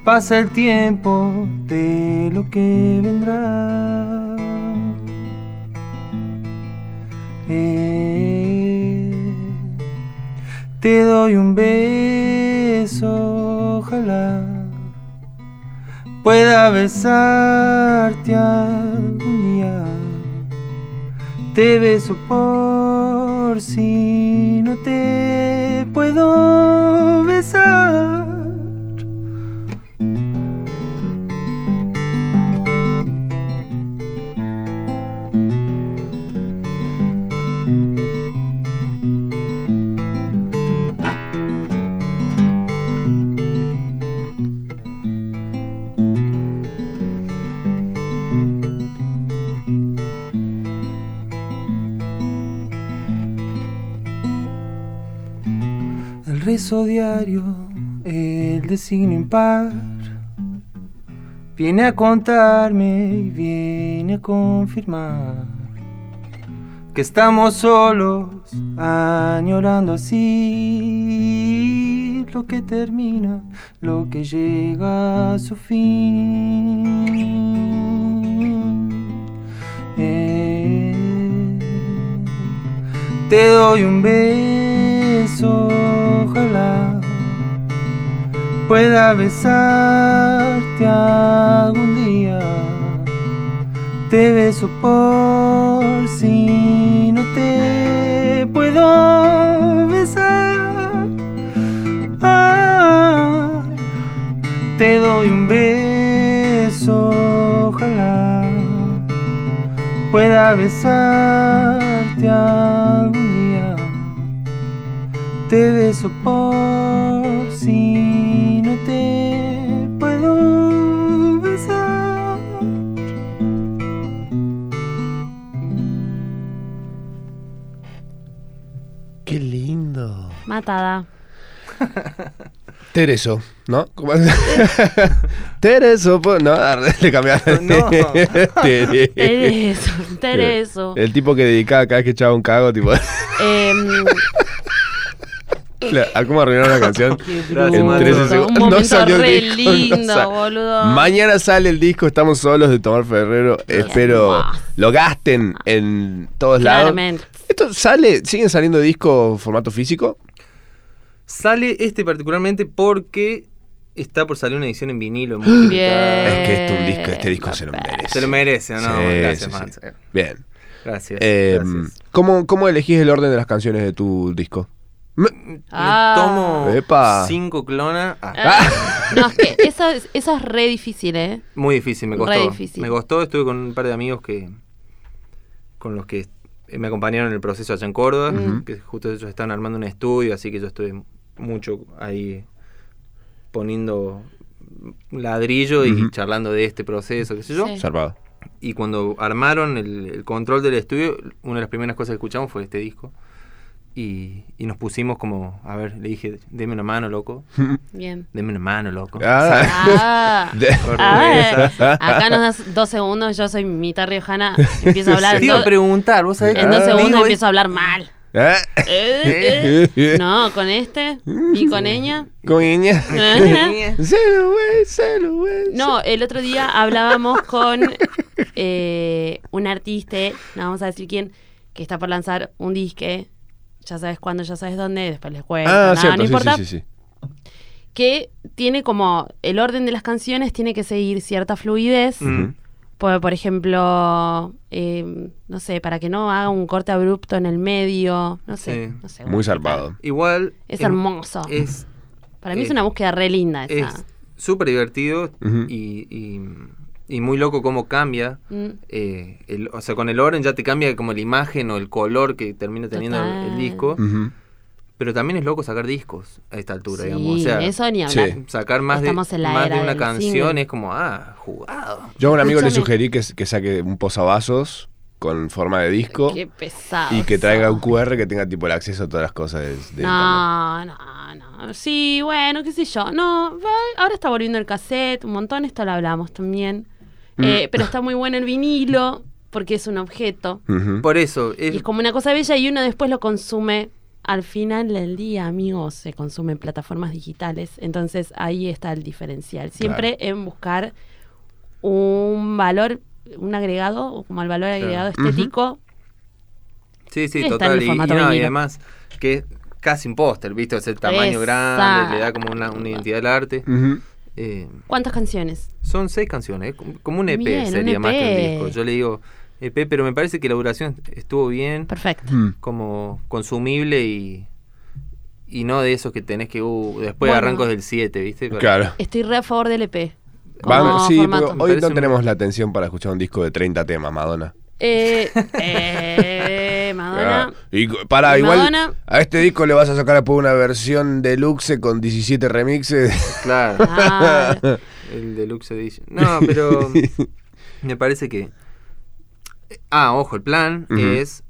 [SPEAKER 5] Pasa el tiempo de lo que vendrá. Eh, te doy un beso, ojalá pueda besarte algún día. Te beso por si no te puedo besar. El rezo diario, el designio impar, viene a contarme y viene a confirmar que estamos solos, añorando así lo que termina, lo que llega a su fin. Eh, te doy un beso, ojalá pueda besarte algún día. Te beso por si no te puedo besar. Ah, te doy un beso, ojalá pueda besarte algún día. Te beso por si no te puedo besar.
[SPEAKER 2] Qué lindo.
[SPEAKER 3] Matada.
[SPEAKER 2] Tereso, ¿no? ¿Cómo es? Tereso, po- no, Ah, le cambiaron.
[SPEAKER 4] No.
[SPEAKER 2] Tere-
[SPEAKER 3] Tereso, Tereso.
[SPEAKER 2] El tipo que dedicaba cada vez que echaba un cago, tipo,
[SPEAKER 3] Em,
[SPEAKER 2] la- a cómo arruinar una canción.
[SPEAKER 4] Gracias,
[SPEAKER 2] En
[SPEAKER 4] Manu.
[SPEAKER 2] tres
[SPEAKER 3] bruto,
[SPEAKER 2] segundos.
[SPEAKER 3] un
[SPEAKER 2] No
[SPEAKER 3] momento
[SPEAKER 2] salió el
[SPEAKER 3] re
[SPEAKER 2] disco, no
[SPEAKER 3] lindo,
[SPEAKER 2] sal-
[SPEAKER 3] boludo.
[SPEAKER 2] Mañana sale el disco, estamos solos de Tomar Ferrero. Espero
[SPEAKER 3] hermoso.
[SPEAKER 2] lo gasten en todos lados.
[SPEAKER 3] Claramente.
[SPEAKER 2] Esto sale, siguen saliendo discos formato físico.
[SPEAKER 4] Sale este particularmente porque está por salir una edición en vinilo. muy
[SPEAKER 3] Bien.
[SPEAKER 4] limitada.
[SPEAKER 2] es que este, un disco,
[SPEAKER 3] Eh,
[SPEAKER 2] este disco se lo merece.
[SPEAKER 4] Se lo merece, ¿no?
[SPEAKER 2] Sí,
[SPEAKER 4] gracias,
[SPEAKER 2] sí,
[SPEAKER 4] Mats.
[SPEAKER 2] sí. Bien.
[SPEAKER 4] Gracias.
[SPEAKER 2] Eh,
[SPEAKER 4] gracias.
[SPEAKER 2] ¿cómo, cómo elegís el orden de las canciones de tu disco?
[SPEAKER 4] Me
[SPEAKER 3] Ah.
[SPEAKER 4] tomo
[SPEAKER 2] Epa.
[SPEAKER 4] cinco clonas. Ah,
[SPEAKER 3] Ah, No, es que eso, es- eso es re difícil, ¿eh?
[SPEAKER 4] Muy difícil, me
[SPEAKER 3] Re
[SPEAKER 4] costó.
[SPEAKER 3] difícil.
[SPEAKER 4] Me costó, estuve con un par de amigos que con los que eh, me acompañaron en el proceso allá en Córdoba, que justo ellos estaban armando un estudio, así que yo estuve mucho ahí poniendo ladrillo y
[SPEAKER 2] Ujú.
[SPEAKER 4] charlando de este proceso, qué sé yo.
[SPEAKER 3] Sí.
[SPEAKER 2] Salvado.
[SPEAKER 4] Y cuando armaron el, el control del estudio, una de las primeras cosas que escuchamos fue este disco. Y, y nos pusimos como, a ver, le dije, deme una mano, loco.
[SPEAKER 3] Bien.
[SPEAKER 4] Deme una mano, loco.
[SPEAKER 2] Ah.
[SPEAKER 3] Ah,
[SPEAKER 2] De-
[SPEAKER 3] ah, acá nos das dos segundos, yo soy mitad riojana, empiezo a hablar.
[SPEAKER 4] Te iba a
[SPEAKER 3] en, do-
[SPEAKER 4] preguntar, ¿vos sabés
[SPEAKER 3] en dos
[SPEAKER 2] ah,
[SPEAKER 4] que-
[SPEAKER 3] segundos
[SPEAKER 4] digo,
[SPEAKER 3] empiezo a hablar mal.
[SPEAKER 2] ¿Eh?
[SPEAKER 3] Eh, eh. No, con este y con ella.
[SPEAKER 2] Coña.
[SPEAKER 3] Ajá.
[SPEAKER 2] Celo, güey, celo, güey.
[SPEAKER 3] Eh. No, el otro día hablábamos con eh, un artista, no vamos a decir quién, que está por lanzar un disque. Ya sabes cuándo, ya sabes dónde, después les cuento.
[SPEAKER 2] Ah,
[SPEAKER 3] eh, nada,
[SPEAKER 2] cierto,
[SPEAKER 3] no
[SPEAKER 2] sí,
[SPEAKER 3] importa.
[SPEAKER 2] sí, sí, sí.
[SPEAKER 3] Que tiene como el orden de las canciones, tiene que seguir cierta fluidez.
[SPEAKER 4] Mm.
[SPEAKER 3] Por, por ejemplo, eh, no sé, para que no haga un corte abrupto en el medio. No sé.
[SPEAKER 4] Sí.
[SPEAKER 3] no sé,
[SPEAKER 2] Muy
[SPEAKER 3] bueno,
[SPEAKER 2] zarpado.
[SPEAKER 4] Igual.
[SPEAKER 3] Es hermoso.
[SPEAKER 4] Es
[SPEAKER 3] para mí es
[SPEAKER 4] es-
[SPEAKER 3] una búsqueda re linda esa.
[SPEAKER 4] es súper divertido
[SPEAKER 2] Ujú.
[SPEAKER 4] y, y- y muy loco cómo cambia.
[SPEAKER 3] Mm.
[SPEAKER 4] eh, el- o sea, con el Oren ya te cambia como la imagen o el color que termina teniendo el- el,
[SPEAKER 3] Total.
[SPEAKER 4] disco.
[SPEAKER 2] Ujú.
[SPEAKER 4] Pero también es loco sacar discos a esta altura,
[SPEAKER 3] Sí,
[SPEAKER 4] digamos. O sea,
[SPEAKER 3] eso ni hablar.
[SPEAKER 2] sí.
[SPEAKER 4] sacar más de,
[SPEAKER 3] Estamos en la
[SPEAKER 4] más
[SPEAKER 3] era
[SPEAKER 4] de una
[SPEAKER 3] del
[SPEAKER 4] canción
[SPEAKER 3] single.
[SPEAKER 4] es como, ah, jugado.
[SPEAKER 2] Yo a un amigo le
[SPEAKER 3] Escúchame.
[SPEAKER 2] sugerí que, que saque un posavasos con forma de disco
[SPEAKER 3] Qué pesado.
[SPEAKER 2] y que traiga un
[SPEAKER 3] cubo.
[SPEAKER 2] QR que tenga tipo el acceso a todas las cosas de, de internet.
[SPEAKER 3] No, no, no. Sí, bueno, qué sé yo. No, va- ahora está volviendo el cassette, un montón, esto lo hablamos también.
[SPEAKER 2] Mm.
[SPEAKER 3] Eh, pero está muy bueno el vinilo, porque es un objeto.
[SPEAKER 2] Ujú.
[SPEAKER 4] Por eso, es-
[SPEAKER 3] Y es como una cosa bella y uno después lo consume. Al final del día, amigos, se consume en plataformas digitales. Entonces ahí está el diferencial. Siempre en buscar un valor, un agregado, o como el valor agregado
[SPEAKER 2] Ujú.
[SPEAKER 3] estético.
[SPEAKER 4] sí, sí,
[SPEAKER 3] está en el
[SPEAKER 4] total. Y, y
[SPEAKER 3] formato
[SPEAKER 4] no, y
[SPEAKER 3] vinilo.
[SPEAKER 4] además, que es casi un póster, ¿viste? Ese tamaño grande, le da como una, una identidad al arte.
[SPEAKER 2] Ujú.
[SPEAKER 4] Eh,
[SPEAKER 3] ¿Cuántas canciones?
[SPEAKER 4] Son seis canciones, eh, como- como un EP
[SPEAKER 3] Bien, un E
[SPEAKER 4] sería más que un
[SPEAKER 3] EP.
[SPEAKER 4] disco. Yo le digo EP, pero me parece que la duración estuvo bien,
[SPEAKER 3] Perfecto.
[SPEAKER 2] Mm.
[SPEAKER 4] como consumible y, y no de esos que tenés que, uh, después
[SPEAKER 3] Bueno.
[SPEAKER 4] arrancos del 7, ¿viste? Para-
[SPEAKER 2] Claro.
[SPEAKER 3] Estoy re a favor del EP.
[SPEAKER 2] Van-
[SPEAKER 3] como
[SPEAKER 2] sí,
[SPEAKER 3] formato.
[SPEAKER 2] porque hoy
[SPEAKER 4] Me
[SPEAKER 2] no
[SPEAKER 4] parece
[SPEAKER 2] tenemos la atención para escuchar un disco de 30 temas, Madonna.
[SPEAKER 3] Eh, eh, Madonna.
[SPEAKER 2] Ah, Y cu- para,
[SPEAKER 3] Y
[SPEAKER 2] igual
[SPEAKER 3] Madonna.
[SPEAKER 2] a este disco le vas a sacar después una versión deluxe con 17 remixes.
[SPEAKER 4] Claro,
[SPEAKER 3] Ah,
[SPEAKER 4] el Deluxe Edition. No, pero me parece que... Ah, ojo, el plan
[SPEAKER 2] Ujú.
[SPEAKER 4] es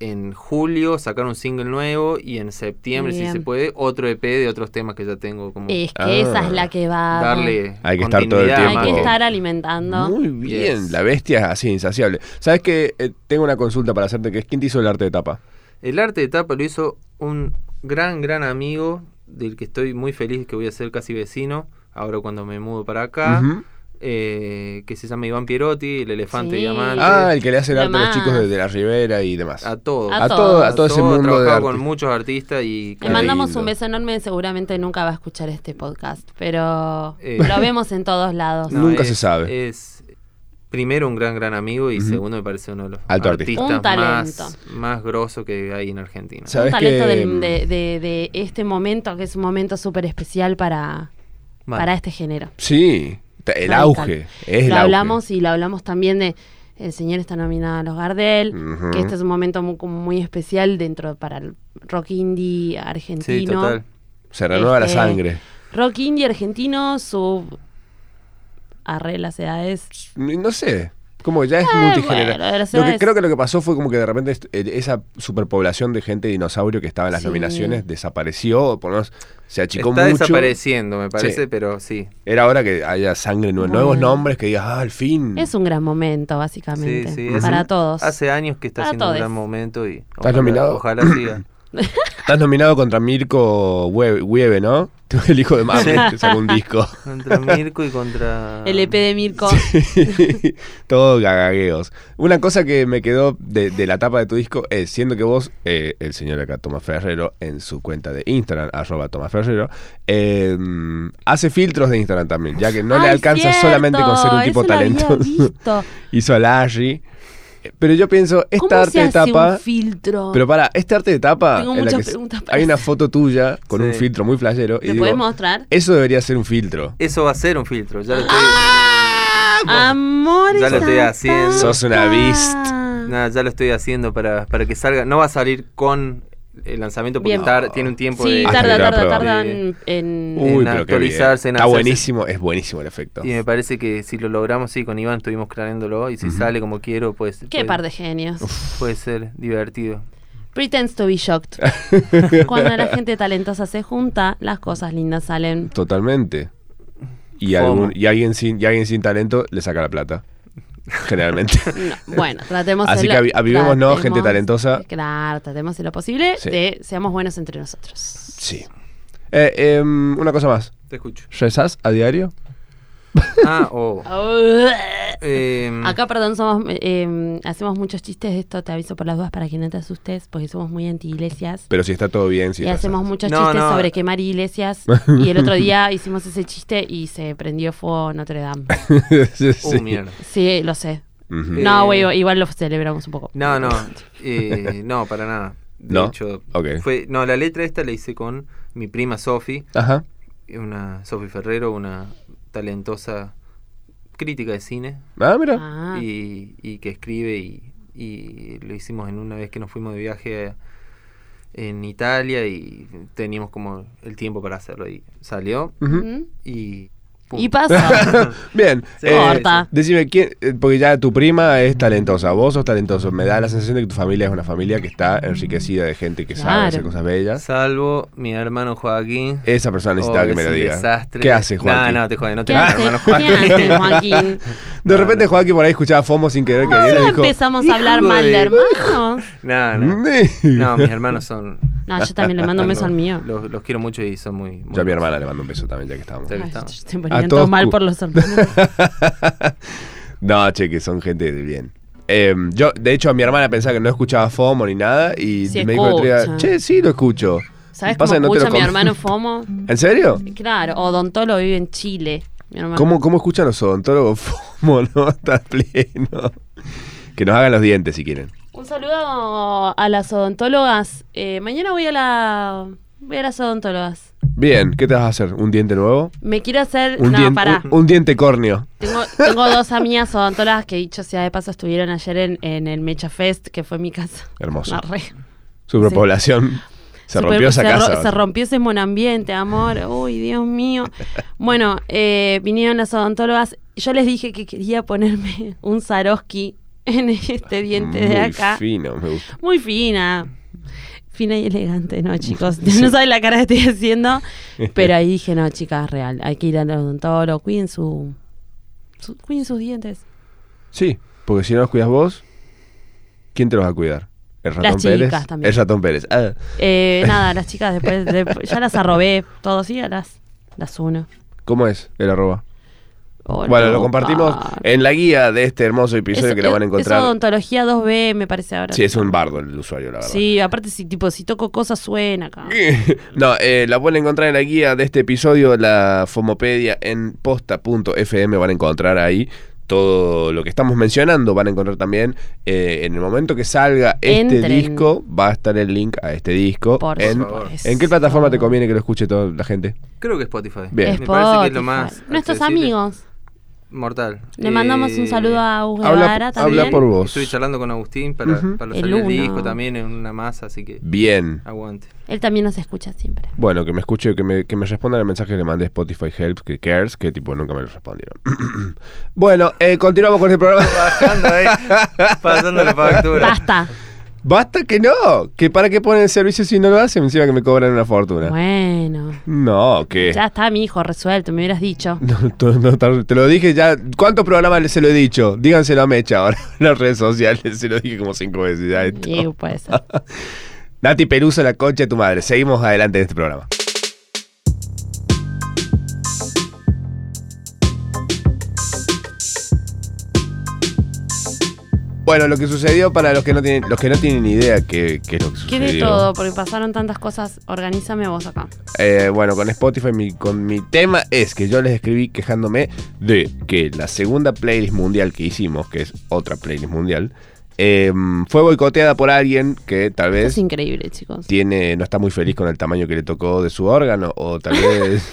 [SPEAKER 4] en julio sacar un single nuevo y en septiembre, si
[SPEAKER 3] Bien.
[SPEAKER 4] se puede, otro EP de otros temas que ya tengo como...
[SPEAKER 3] es que
[SPEAKER 2] Ah.
[SPEAKER 3] esa es la que va. a
[SPEAKER 4] Darle
[SPEAKER 2] Hay que estar todo el
[SPEAKER 4] continuidad,
[SPEAKER 3] Hay
[SPEAKER 2] tiempo.
[SPEAKER 3] que
[SPEAKER 4] más
[SPEAKER 3] estar alimentando.
[SPEAKER 2] Muy bien,
[SPEAKER 4] Yes.
[SPEAKER 2] la bestia es así, insaciable. ¿Sabes que Tengo una consulta para hacerte, que es ¿quién te hizo el arte de tapa?
[SPEAKER 4] El arte de tapa lo hizo un gran, gran amigo del que estoy muy feliz que voy a ser casi vecino, ahora cuando me mudo para acá,
[SPEAKER 2] Ujú.
[SPEAKER 4] eh, que se llama Iván Pierotti, el elefante
[SPEAKER 3] Sí.
[SPEAKER 4] diamante.
[SPEAKER 2] Ah, el que le hace el
[SPEAKER 3] Lo
[SPEAKER 2] arte a los
[SPEAKER 3] más.
[SPEAKER 2] chicos de, de la Ribera y demás.
[SPEAKER 4] A todos.
[SPEAKER 3] A
[SPEAKER 2] A todo, a
[SPEAKER 3] todos.
[SPEAKER 2] todo ese
[SPEAKER 4] todos, he
[SPEAKER 2] mundo de
[SPEAKER 4] trabajado
[SPEAKER 2] artistas.
[SPEAKER 4] con muchos artistas y...
[SPEAKER 3] Le
[SPEAKER 2] Qué
[SPEAKER 3] mandamos
[SPEAKER 2] lindo.
[SPEAKER 3] un beso enorme, seguramente nunca va a escuchar este podcast, pero
[SPEAKER 4] Eh.
[SPEAKER 3] lo vemos en todos lados.
[SPEAKER 4] No,
[SPEAKER 2] Nunca
[SPEAKER 4] es-
[SPEAKER 2] se sabe.
[SPEAKER 4] Es primero un gran, gran amigo y segundo me parece uno de los
[SPEAKER 2] Alto artista.
[SPEAKER 4] artistas
[SPEAKER 3] Un talento.
[SPEAKER 4] más, más grosso que hay en Argentina.
[SPEAKER 2] Sa-
[SPEAKER 3] Un
[SPEAKER 2] ¿sabes
[SPEAKER 3] talento
[SPEAKER 2] que- mm,
[SPEAKER 3] del- de, de- de este momento, que es un momento súper especial para,
[SPEAKER 4] Mal.
[SPEAKER 3] para este género.
[SPEAKER 2] Sí, ta- el
[SPEAKER 3] Radical.
[SPEAKER 2] auge. Es el
[SPEAKER 3] lo
[SPEAKER 2] auge.
[SPEAKER 3] hablamos y lo hablamos también de El Señor está nominado a los Gardel,
[SPEAKER 2] Ujú.
[SPEAKER 3] que este es un momento muy, como muy especial dentro para el rock indie argentino.
[SPEAKER 4] Sí, total.
[SPEAKER 2] Se renueva la
[SPEAKER 3] Este,
[SPEAKER 2] sangre.
[SPEAKER 3] Rock indie argentino, sub arre las edades.
[SPEAKER 2] No sé. Como ya es
[SPEAKER 3] Ah,
[SPEAKER 2] multigeneracional.
[SPEAKER 3] bueno, gracias
[SPEAKER 2] lo
[SPEAKER 3] a
[SPEAKER 2] que
[SPEAKER 3] eso.
[SPEAKER 2] creo que lo que pasó fue como que de repente est- eh, esa superpoblación de gente dinosaurio que estaba en las
[SPEAKER 3] Sí.
[SPEAKER 2] nominaciones desapareció, o por lo menos se achicó
[SPEAKER 4] Está
[SPEAKER 2] mucho.
[SPEAKER 4] desapareciendo, me parece,
[SPEAKER 2] Sí.
[SPEAKER 4] pero sí.
[SPEAKER 2] Era hora que haya sangre, nue-
[SPEAKER 3] Bueno.
[SPEAKER 2] nuevos nombres que digas, ah, al fin.
[SPEAKER 3] Es un gran momento, básicamente.
[SPEAKER 4] Sí, sí,
[SPEAKER 2] es
[SPEAKER 3] para
[SPEAKER 4] un-
[SPEAKER 3] todos.
[SPEAKER 4] Hace años que está
[SPEAKER 3] Para
[SPEAKER 4] haciendo un
[SPEAKER 3] todes.
[SPEAKER 4] gran momento y ojalá,
[SPEAKER 2] nominado?
[SPEAKER 4] ojalá siga.
[SPEAKER 2] Estás nominado contra Mirko Hue- Hueve, ¿no? El hijo de Mame, que sacó un disco.
[SPEAKER 4] Contra Mirko y contra...
[SPEAKER 3] El E EP de Mirko.
[SPEAKER 2] Todo gagagueos. Una cosa que me quedó de, de la tapa de tu disco es, siendo que vos, eh, el señor acá, Tomás Ferrero, en su cuenta de Instagram, arroba Tomás Ferrero, eh, hace filtros de Instagram también, ya que no le
[SPEAKER 3] Ay,
[SPEAKER 2] alcanza
[SPEAKER 3] cierto,
[SPEAKER 2] solamente con ser un
[SPEAKER 3] eso
[SPEAKER 2] tipo
[SPEAKER 3] lo había
[SPEAKER 2] talentoso.
[SPEAKER 3] visto.
[SPEAKER 2] Hizo a Larry. Pero yo pienso,
[SPEAKER 3] ¿Cómo
[SPEAKER 2] esta arte
[SPEAKER 3] se
[SPEAKER 2] de
[SPEAKER 3] hace
[SPEAKER 2] tapa...
[SPEAKER 3] un filtro?
[SPEAKER 2] Pero para, este arte de tapa,
[SPEAKER 3] Tengo
[SPEAKER 2] en la
[SPEAKER 3] muchas
[SPEAKER 2] que s-
[SPEAKER 3] preguntas para
[SPEAKER 2] hay una
[SPEAKER 3] hacer.
[SPEAKER 2] foto tuya con un
[SPEAKER 4] Sí.
[SPEAKER 2] filtro muy flashero. Y
[SPEAKER 3] ¿Me
[SPEAKER 2] digo,
[SPEAKER 3] puedes mostrar?
[SPEAKER 2] eso debería ser un filtro.
[SPEAKER 4] Eso va a ser un filtro, ya lo estoy...
[SPEAKER 3] Amor,
[SPEAKER 4] Ah, Ya lo estoy
[SPEAKER 3] esa
[SPEAKER 4] haciendo.
[SPEAKER 2] Sos una
[SPEAKER 3] tapa.
[SPEAKER 2] beast.
[SPEAKER 4] Nada, ya lo estoy haciendo para, para que salga. No va a salir con el lanzamiento porque
[SPEAKER 3] Bien.
[SPEAKER 4] tar- tiene un tiempo
[SPEAKER 3] Sí,
[SPEAKER 4] de...
[SPEAKER 2] Hasta
[SPEAKER 3] tarda,
[SPEAKER 2] que la
[SPEAKER 3] tarda,
[SPEAKER 2] prueba.
[SPEAKER 3] tarda
[SPEAKER 4] Sí.
[SPEAKER 3] en... en-
[SPEAKER 4] Uh,
[SPEAKER 2] Uy,
[SPEAKER 4] en
[SPEAKER 2] pero qué bien.
[SPEAKER 4] actualizarse, en
[SPEAKER 2] Está
[SPEAKER 4] hacerse-
[SPEAKER 2] buenísimo, es buenísimo el efecto.
[SPEAKER 4] Y me parece que si lo logramos, sí, con Iván estuvimos clareándolo y si sale como quiero, pues...
[SPEAKER 3] Qué
[SPEAKER 4] puede-
[SPEAKER 3] par de genios.
[SPEAKER 4] Puede ser divertido.
[SPEAKER 3] Pretends to be shocked. Cuando la gente talentosa se junta, las cosas lindas salen.
[SPEAKER 2] Totalmente. Y,
[SPEAKER 4] Fomo.
[SPEAKER 2] algún- y alguien sin, y alguien sin talento le saca la plata. Generalmente.
[SPEAKER 3] No, bueno, tratemos
[SPEAKER 2] Así
[SPEAKER 3] de
[SPEAKER 2] que
[SPEAKER 3] lo-
[SPEAKER 2] avi- avivémonos, gente
[SPEAKER 3] tratemos-
[SPEAKER 2] talentosa.
[SPEAKER 3] Claro, tratemos de lo posible
[SPEAKER 2] Sí.
[SPEAKER 3] de seamos buenos entre nosotros.
[SPEAKER 2] Sí. Eh, em, una cosa más.
[SPEAKER 4] Te escucho.
[SPEAKER 2] ¿Rezás a diario?
[SPEAKER 4] Ah, o... em,
[SPEAKER 3] Acá, perdón, somos eh, eh, hacemos muchos chistes de esto, te aviso por las dudas para que no te asustes, porque somos muy anti iglesias.
[SPEAKER 2] Pero si está todo bien, si
[SPEAKER 3] y hacemos muchos
[SPEAKER 4] No,
[SPEAKER 3] chistes
[SPEAKER 4] no.
[SPEAKER 3] sobre quemar iglesias. y el otro día hicimos ese chiste y se prendió fuego Notre Dame.
[SPEAKER 2] sí,
[SPEAKER 4] uh,
[SPEAKER 2] sí.
[SPEAKER 4] mierda.
[SPEAKER 3] Sí, lo sé.
[SPEAKER 2] Ujú.
[SPEAKER 4] Eh,
[SPEAKER 3] No, güey, igual lo celebramos un poco.
[SPEAKER 4] No, no, eh, no, para nada. De
[SPEAKER 2] ¿No?
[SPEAKER 4] hecho,
[SPEAKER 2] Ok.
[SPEAKER 4] fue, no, la letra esta la hice con mi prima Sofi,
[SPEAKER 2] Ajá.
[SPEAKER 4] una Sofi Ferrero, una talentosa crítica de cine
[SPEAKER 2] Ah, mira.
[SPEAKER 3] Ah,
[SPEAKER 4] y, y que escribe y, y lo hicimos en una vez que nos fuimos de viaje a- en Italia y teníamos como el tiempo para hacerlo y salió
[SPEAKER 2] Ujú.
[SPEAKER 3] ¿Mm?
[SPEAKER 4] y pum.
[SPEAKER 3] Y pasa.
[SPEAKER 2] Bien.
[SPEAKER 4] Sí,
[SPEAKER 2] eh,
[SPEAKER 3] Corta.
[SPEAKER 2] decime, ¿quién, eh, porque ya tu prima es talentosa, vos sos talentoso. Me da la sensación de que tu familia es una familia que está enriquecida de gente que sabe
[SPEAKER 3] Claro.
[SPEAKER 2] hacer cosas bellas.
[SPEAKER 4] Salvo mi hermano Joaquín.
[SPEAKER 2] Esa persona necesita
[SPEAKER 4] Oh,
[SPEAKER 2] que me
[SPEAKER 4] es
[SPEAKER 2] lo
[SPEAKER 4] un
[SPEAKER 2] diga.
[SPEAKER 4] desastre.
[SPEAKER 2] ¿Qué hace, Joaquín?
[SPEAKER 4] No, no, te jode, no
[SPEAKER 3] ¿Qué
[SPEAKER 4] te jodas,
[SPEAKER 3] haces,
[SPEAKER 4] hermano
[SPEAKER 3] ¿Qué haces, Joaquín?
[SPEAKER 2] De repente Joaquín por ahí escuchaba FOMO sin querer que viene
[SPEAKER 3] Ahora
[SPEAKER 2] y dijo...
[SPEAKER 3] empezamos a hablar
[SPEAKER 4] "Hijo
[SPEAKER 3] mal de
[SPEAKER 4] de-
[SPEAKER 3] hermanos.
[SPEAKER 4] No, no.
[SPEAKER 2] "Nee".
[SPEAKER 4] No, mis hermanos son.
[SPEAKER 3] No, yo también le mando un beso al
[SPEAKER 4] los-
[SPEAKER 3] mío.
[SPEAKER 4] Los, los quiero mucho y son muy. muy
[SPEAKER 2] Yo a mi hermana le mando un beso también, ya que estamos.
[SPEAKER 4] Sí.
[SPEAKER 3] Ay,
[SPEAKER 4] está.
[SPEAKER 3] se
[SPEAKER 2] A
[SPEAKER 3] ponían
[SPEAKER 2] todos
[SPEAKER 3] todo mal
[SPEAKER 2] cu-
[SPEAKER 3] por los hermanos.
[SPEAKER 2] no, che, que son gente de bien. Em, yo, de hecho, a mi hermana pensaba que no escuchaba FOMO ni nada y
[SPEAKER 3] Sí
[SPEAKER 2] me dijo el otro día,
[SPEAKER 3] escucha.
[SPEAKER 2] che, sí lo escucho.
[SPEAKER 3] ¿Sabes cómo
[SPEAKER 2] Pasa que no te lo
[SPEAKER 3] escucha mi
[SPEAKER 2] com-
[SPEAKER 3] hermano FOMO?
[SPEAKER 2] ¿En serio?
[SPEAKER 3] Claro, Odontolo vive en Chile. Mi hermano.
[SPEAKER 2] ¿Cómo, ¿Cómo escuchan los odontólogos FOMO, no? Está pleno. Que nos hagan los dientes si quieren.
[SPEAKER 3] Un saludo a las odontólogas. Eh, mañana voy a la. Voy a las odontólogas.
[SPEAKER 2] Bien, ¿qué te vas a hacer? ¿Un diente nuevo?
[SPEAKER 3] Me quiero hacer.
[SPEAKER 2] Un,
[SPEAKER 3] Eh, no,
[SPEAKER 2] dien-
[SPEAKER 3] pará.
[SPEAKER 2] un, un diente córneo.
[SPEAKER 3] Tengo, tengo dos amigas odontólogas que, dicho sea de paso, estuvieron ayer en, en el Mecha Fest, que fue mi casa.
[SPEAKER 2] Hermoso.
[SPEAKER 3] Arre.
[SPEAKER 2] Superpoblación. Se
[SPEAKER 3] Super-
[SPEAKER 2] rompió esa
[SPEAKER 3] se ro-
[SPEAKER 2] casa.
[SPEAKER 3] se rompió ese monambiente, amor. Uy, Dios mío. Bueno, eh, vinieron las odontólogas. Yo les dije que quería ponerme un Swarovski en este diente de
[SPEAKER 2] Muy
[SPEAKER 3] acá.
[SPEAKER 2] fino, me gusta.
[SPEAKER 3] Muy fina. Fina y elegante, ¿no, chicos? No saben la cara que estoy haciendo. Pero ahí dije, no, chicas, real. Hay que ir al odontólogo. Cuiden su, su- cuiden sus dientes.
[SPEAKER 2] Sí, porque si no los cuidas vos, ¿quién te los va a cuidar? ¿El ratón
[SPEAKER 3] Las chicas
[SPEAKER 2] Pérez?
[SPEAKER 3] también.
[SPEAKER 2] El ratón Pérez. Ah,
[SPEAKER 3] Eh, nada, las chicas después, después- ya las arrobé. Todos sí, a las, las uno.
[SPEAKER 2] ¿Cómo es el arroba?
[SPEAKER 3] Oh,
[SPEAKER 2] bueno, lo
[SPEAKER 3] no,
[SPEAKER 2] compartimos
[SPEAKER 3] pa.
[SPEAKER 2] en la guía de este hermoso episodio
[SPEAKER 3] Eso-
[SPEAKER 2] que lo van a
[SPEAKER 3] es- Es
[SPEAKER 2] encontrar.
[SPEAKER 3] odontología 2B, me parece ahora.
[SPEAKER 2] Sí, es un bardo el usuario, la verdad.
[SPEAKER 3] Sí, aparte, si, tipo, si toco cosas, suena acá.
[SPEAKER 2] No, eh, la pueden encontrar en la guía de este episodio, la Fomopedia en posta.fm. Van a encontrar ahí todo lo que estamos mencionando. Van a encontrar también, eh, en el momento que salga este
[SPEAKER 3] Entren.
[SPEAKER 2] disco, va a estar el link a este disco.
[SPEAKER 3] Por
[SPEAKER 2] en,
[SPEAKER 4] favor.
[SPEAKER 2] ¿En qué plataforma te conviene que lo escuche toda la gente?
[SPEAKER 4] Creo que Spotify.
[SPEAKER 2] Bien.
[SPEAKER 4] Me parece que es
[SPEAKER 3] Spotify.
[SPEAKER 4] lo más.
[SPEAKER 3] Nuestros
[SPEAKER 4] accesible.
[SPEAKER 3] amigos.
[SPEAKER 4] Mortal. Eh,
[SPEAKER 3] Le mandamos un saludo a Agus
[SPEAKER 2] Habla,
[SPEAKER 3] Guevara también.
[SPEAKER 2] habla por vos.
[SPEAKER 4] Estuve charlando con Agustín para,
[SPEAKER 2] Ujú.
[SPEAKER 4] para
[SPEAKER 3] El
[SPEAKER 4] salir el
[SPEAKER 3] uno.
[SPEAKER 4] disco también en una masa, así que
[SPEAKER 2] Bien.
[SPEAKER 4] aguante.
[SPEAKER 3] Él también nos escucha siempre.
[SPEAKER 2] Bueno, que me escuche, que me, que me responda el mensaje que le mandé a Spotify Help, que cares, que tipo nunca me lo respondieron. bueno, eh, continuamos con el programa.
[SPEAKER 4] Bajando ahí, pasando la factura.
[SPEAKER 3] Basta.
[SPEAKER 2] Basta que no, que para qué ponen el servicio si no lo hacen, encima que me cobran una fortuna.
[SPEAKER 3] Bueno.
[SPEAKER 2] No, que...
[SPEAKER 3] Ya está mi hijo resuelto, me hubieras dicho.
[SPEAKER 2] No, tú- no, tar- te lo dije ya. ¿Cuántos programas se lo he dicho? Díganselo a Mecha ahora en las redes sociales. Se lo dije como cinco veces ya esto.
[SPEAKER 3] Y puede ser.
[SPEAKER 2] Nati Peluso, la concha de tu madre. Seguimos adelante en este programa. Bueno, lo que sucedió para los que no tienen, los que no tienen ni idea qué, qué es lo que
[SPEAKER 3] ¿Qué
[SPEAKER 2] sucedió.
[SPEAKER 3] de todo? Porque pasaron tantas cosas. Organízame vos acá.
[SPEAKER 2] Eh, bueno, con Spotify, mi, con mi tema es que yo les escribí quejándome de que la segunda playlist mundial que hicimos, que es otra playlist mundial, eh, fue boicoteada por alguien que tal
[SPEAKER 3] Esto
[SPEAKER 2] vez
[SPEAKER 3] es increíble, chicos.
[SPEAKER 2] tiene, no está muy feliz con el tamaño que le tocó de su órgano, o tal vez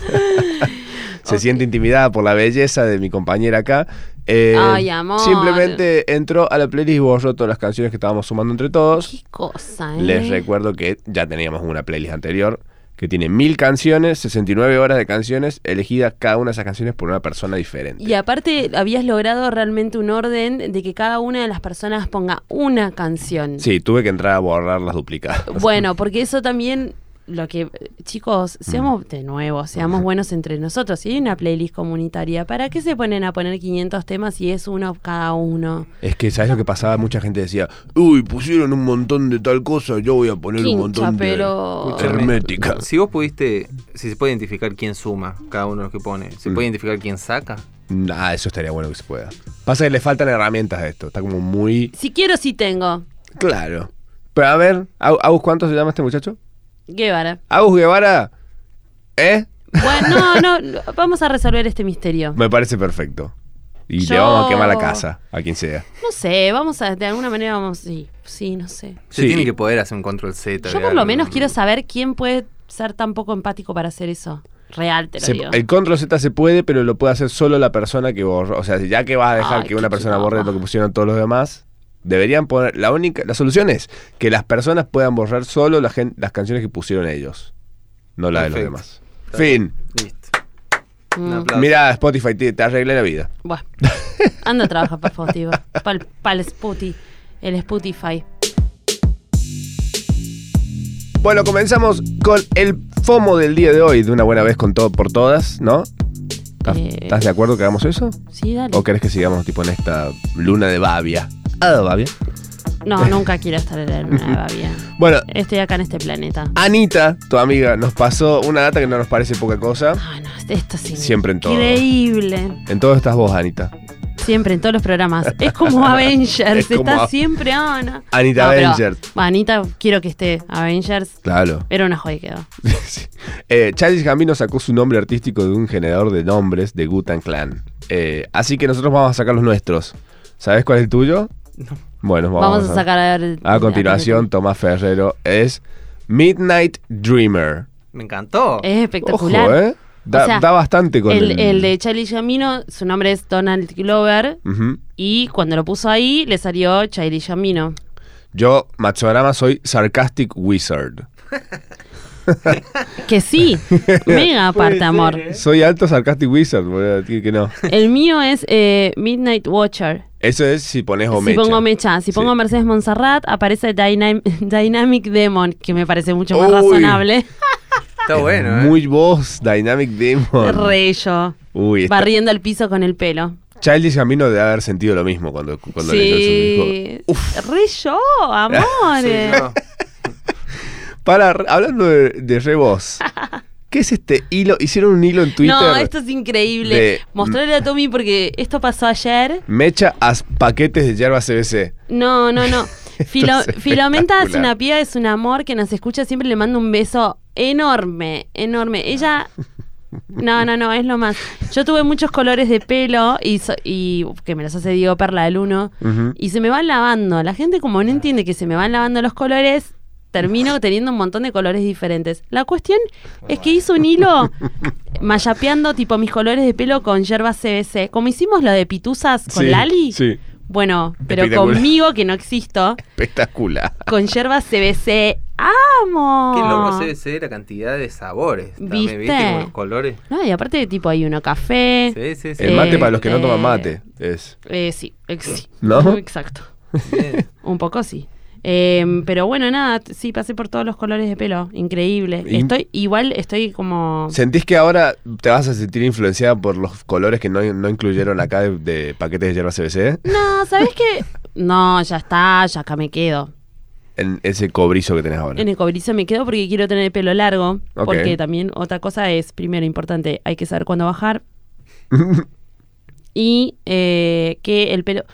[SPEAKER 2] se
[SPEAKER 3] Ok.
[SPEAKER 2] siente intimidada por la belleza de mi compañera acá. Eh,
[SPEAKER 3] Ay, amor.
[SPEAKER 2] Simplemente entró a la playlist y borró todas las canciones que estábamos sumando entre todos.
[SPEAKER 3] Qué cosa, ¿eh?
[SPEAKER 2] Les recuerdo que ya teníamos una playlist anterior que tiene mil canciones, 69 horas de canciones, elegidas cada una de esas canciones por una persona diferente.
[SPEAKER 3] Y aparte, habías logrado realmente un orden de que cada una de las personas ponga una canción.
[SPEAKER 2] Sí, tuve que entrar a borrar las duplicadas.
[SPEAKER 3] Bueno, porque eso también lo que chicos seamos de nuevo seamos buenos entre nosotros si hay una playlist comunitaria para qué se ponen a poner 500 temas si es uno cada uno
[SPEAKER 2] Es que, ¿sabes lo que pasaba? Mucha gente decía, uy, pusieron un montón de tal cosa, yo voy a poner un
[SPEAKER 3] quincha
[SPEAKER 2] montón
[SPEAKER 3] pero
[SPEAKER 2] de hermética.
[SPEAKER 4] Si vos pudiste, si se puede identificar quién suma cada uno de los que pone, ¿se
[SPEAKER 2] Mm.
[SPEAKER 4] puede identificar quién saca?
[SPEAKER 2] Ah, eso estaría bueno que se pueda. Pasa que le faltan herramientas a esto, está como muy
[SPEAKER 3] si quiero si tengo
[SPEAKER 2] claro. Pero a ver, Au- Agus, ¿cuánto se llama este muchacho?
[SPEAKER 3] Guevara
[SPEAKER 2] Agus Guevara, ¿eh?
[SPEAKER 3] bueno no, no vamos a resolver este misterio
[SPEAKER 2] Me parece perfecto. Y le
[SPEAKER 3] Yo-
[SPEAKER 2] vamos a quemar la casa a quien sea.
[SPEAKER 3] no sé vamos a de alguna manera vamos sí sí no sé
[SPEAKER 4] Se
[SPEAKER 2] Sí.
[SPEAKER 4] tiene que poder hacer un control Z.
[SPEAKER 3] yo
[SPEAKER 4] de
[SPEAKER 3] por lo
[SPEAKER 4] algo,
[SPEAKER 3] menos
[SPEAKER 4] ¿no?
[SPEAKER 3] quiero saber quién puede ser tan poco empático para hacer eso real te lo
[SPEAKER 2] Se-
[SPEAKER 3] digo
[SPEAKER 2] el control Z se puede, pero lo puede hacer solo la persona que borró. O sea, ya que vas a dejar
[SPEAKER 3] Ay,
[SPEAKER 2] que una
[SPEAKER 3] qué
[SPEAKER 2] persona
[SPEAKER 3] quilombo.
[SPEAKER 2] borre lo que pusieron todos los demás, deberían poner. La única, la solución es que las personas puedan borrar solo la gen- las canciones que pusieron ellos, no la de
[SPEAKER 4] Perfecto.
[SPEAKER 2] los demás. Fin.
[SPEAKER 4] Listo.
[SPEAKER 3] Mm.
[SPEAKER 4] Un aplauso.
[SPEAKER 2] Mira, Spotify te, te arreglé la vida.
[SPEAKER 3] Bueno, anda a trabajar para Spotify. Para el Sputi. El Spotify.
[SPEAKER 2] Bueno, comenzamos con el FOMO del día de hoy, de una buena vez con todo por todas, ¿no? ¿Estás-
[SPEAKER 3] Eh.
[SPEAKER 2] ¿Estás de acuerdo que hagamos eso?
[SPEAKER 3] Sí, dale.
[SPEAKER 2] ¿O querés que sigamos tipo en esta luna de Babia? Ah, Babia.
[SPEAKER 3] No, nunca quiero estar en la luna de Babia.
[SPEAKER 2] Bueno,
[SPEAKER 3] Estoy acá en este planeta.
[SPEAKER 2] Ah. Anita, tu amiga, nos pasó una data que no nos parece poca cosa.
[SPEAKER 3] Ah, no, esto es
[SPEAKER 2] Siempre en todo.
[SPEAKER 3] Increíble.
[SPEAKER 2] En todo estás vos, Anita.
[SPEAKER 3] Siempre en todos los programas. Es como Avengers.
[SPEAKER 2] Es como
[SPEAKER 3] Está
[SPEAKER 2] a-
[SPEAKER 3] siempre Ana.
[SPEAKER 2] Anita
[SPEAKER 3] No, pero
[SPEAKER 2] Avengers.
[SPEAKER 3] Anita, quiero que esté. Avengers.
[SPEAKER 2] Claro.
[SPEAKER 3] Era una joya quedó.
[SPEAKER 2] Sí. eh, Childish Gambino sacó su nombre artístico de un generador de nombres de Gutan Clan. Eh, así que nosotros vamos a sacar los nuestros. ¿Sabes cuál es el tuyo? Bueno, vamos,
[SPEAKER 3] Vamos a sacar a ver.
[SPEAKER 2] A Ah, continuación, Tomás Ferrero es Midnight Dreamer.
[SPEAKER 4] Me encantó.
[SPEAKER 3] Es espectacular.
[SPEAKER 2] Ojo, ¿eh? Da,
[SPEAKER 3] O sea,
[SPEAKER 2] da bastante con
[SPEAKER 3] el, el de Charlie Yamino, su nombre es Donald Glover.
[SPEAKER 2] Ujú.
[SPEAKER 3] Y cuando lo puso ahí, le salió Chairi Yamino.
[SPEAKER 2] Yo, Matsuarama, soy Sarcastic Wizard.
[SPEAKER 3] Que sí, mega aparte, amor.
[SPEAKER 2] Soy alto Sarcastic Wizard, voy a decir que no.
[SPEAKER 3] El mío es eh, Midnight Watcher.
[SPEAKER 2] Eso es si pones o
[SPEAKER 3] Si pongo Mecha, si pongo
[SPEAKER 2] Sí.
[SPEAKER 3] Mercedes Montserrat, aparece Dynam- Dynamic Demon, que me parece mucho más
[SPEAKER 2] Uy.
[SPEAKER 3] razonable. Ah.
[SPEAKER 4] Está bueno, ¿eh?
[SPEAKER 2] Muy vos, Dynamic Demon.
[SPEAKER 3] Re yo.
[SPEAKER 2] Uy, está-
[SPEAKER 3] Barriendo al piso con el pelo.
[SPEAKER 2] Childish Gambino debe haber sentido lo mismo cuando, cuando le hizo su disco.
[SPEAKER 3] sí. Re yo, amores.
[SPEAKER 4] Sí, no.
[SPEAKER 2] Para, re- hablando de, de re vos, ¿qué es este hilo? Hicieron un hilo en Twitter.
[SPEAKER 3] No, esto es increíble.
[SPEAKER 2] de-
[SPEAKER 3] Mostrarle a Tommy porque esto pasó ayer.
[SPEAKER 2] Mecha a paquetes de yerba CBC.
[SPEAKER 3] No, no, no. Filo-
[SPEAKER 2] es
[SPEAKER 3] Filomenta es
[SPEAKER 2] espectacular.
[SPEAKER 3] una piba, es un amor que nos escucha siempre. Le mando un beso enorme, enorme. Ella. No, no, no, es lo más. Yo tuve muchos colores de pelo y, so- y que me los hace Diego Perla del 1
[SPEAKER 2] Ujú.
[SPEAKER 3] y se me van lavando. La gente como no entiende que se me van lavando los colores, termino teniendo un montón de colores diferentes. La cuestión es que hice un hilo mayapeando tipo mis colores de pelo con yerba CBC, como hicimos lo de pituzas con
[SPEAKER 2] Sí,
[SPEAKER 3] Lali.
[SPEAKER 2] Sí.
[SPEAKER 3] Bueno, pero
[SPEAKER 2] Espectacular.
[SPEAKER 3] conmigo que no existo,
[SPEAKER 2] Espectacular.
[SPEAKER 3] con yerba CBC. ¡Amo!
[SPEAKER 4] Qué loco se ve la cantidad de sabores.
[SPEAKER 3] ¿Viste?
[SPEAKER 4] También, ¿viste? Como los colores.
[SPEAKER 3] No, y aparte tipo hay uno café.
[SPEAKER 4] Sí, sí, sí.
[SPEAKER 2] El mate
[SPEAKER 3] Eh,
[SPEAKER 2] para los que no
[SPEAKER 3] eh.
[SPEAKER 2] toman mate es.
[SPEAKER 3] Eh, sí, ex- sí.
[SPEAKER 2] ¿No?
[SPEAKER 3] Exacto.
[SPEAKER 4] Bien.
[SPEAKER 3] Un poco sí. Em, pero bueno, nada, t- sí, pasé por todos los colores de pelo. Increíble.
[SPEAKER 2] Y-
[SPEAKER 3] Estoy, igual estoy como.
[SPEAKER 2] ¿Sentís que ahora te vas a sentir influenciada por los colores que no, no incluyeron acá de, de paquetes de hierba CBC?
[SPEAKER 3] No, ¿sabes qué? No, ya está, ya acá me quedo.
[SPEAKER 2] En ese cobrizo que tenés ahora.
[SPEAKER 3] En el cobrizo me quedo porque quiero tener el pelo largo.
[SPEAKER 2] Ok.
[SPEAKER 3] Porque también otra cosa es, primero, importante, hay que saber cuándo bajar. y eh, que el pelo.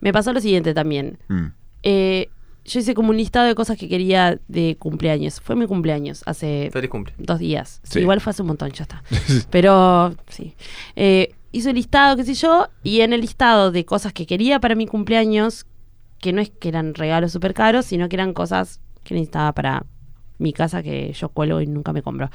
[SPEAKER 3] Me pasó lo siguiente también.
[SPEAKER 2] Mm.
[SPEAKER 3] Eh, yo hice como un listado de cosas que quería de cumpleaños. Fue mi cumpleaños hace
[SPEAKER 4] Feliz cumple.
[SPEAKER 3] dos días.
[SPEAKER 2] Sí.
[SPEAKER 3] Igual fue hace un montón, ya está. Pero sí. Eh, hizo el listado, qué sé yo, y en el listado de cosas que quería para mi cumpleaños, que no es que eran regalos súper caros, sino que eran cosas que necesitaba para mi casa que yo cuelgo y nunca me compro.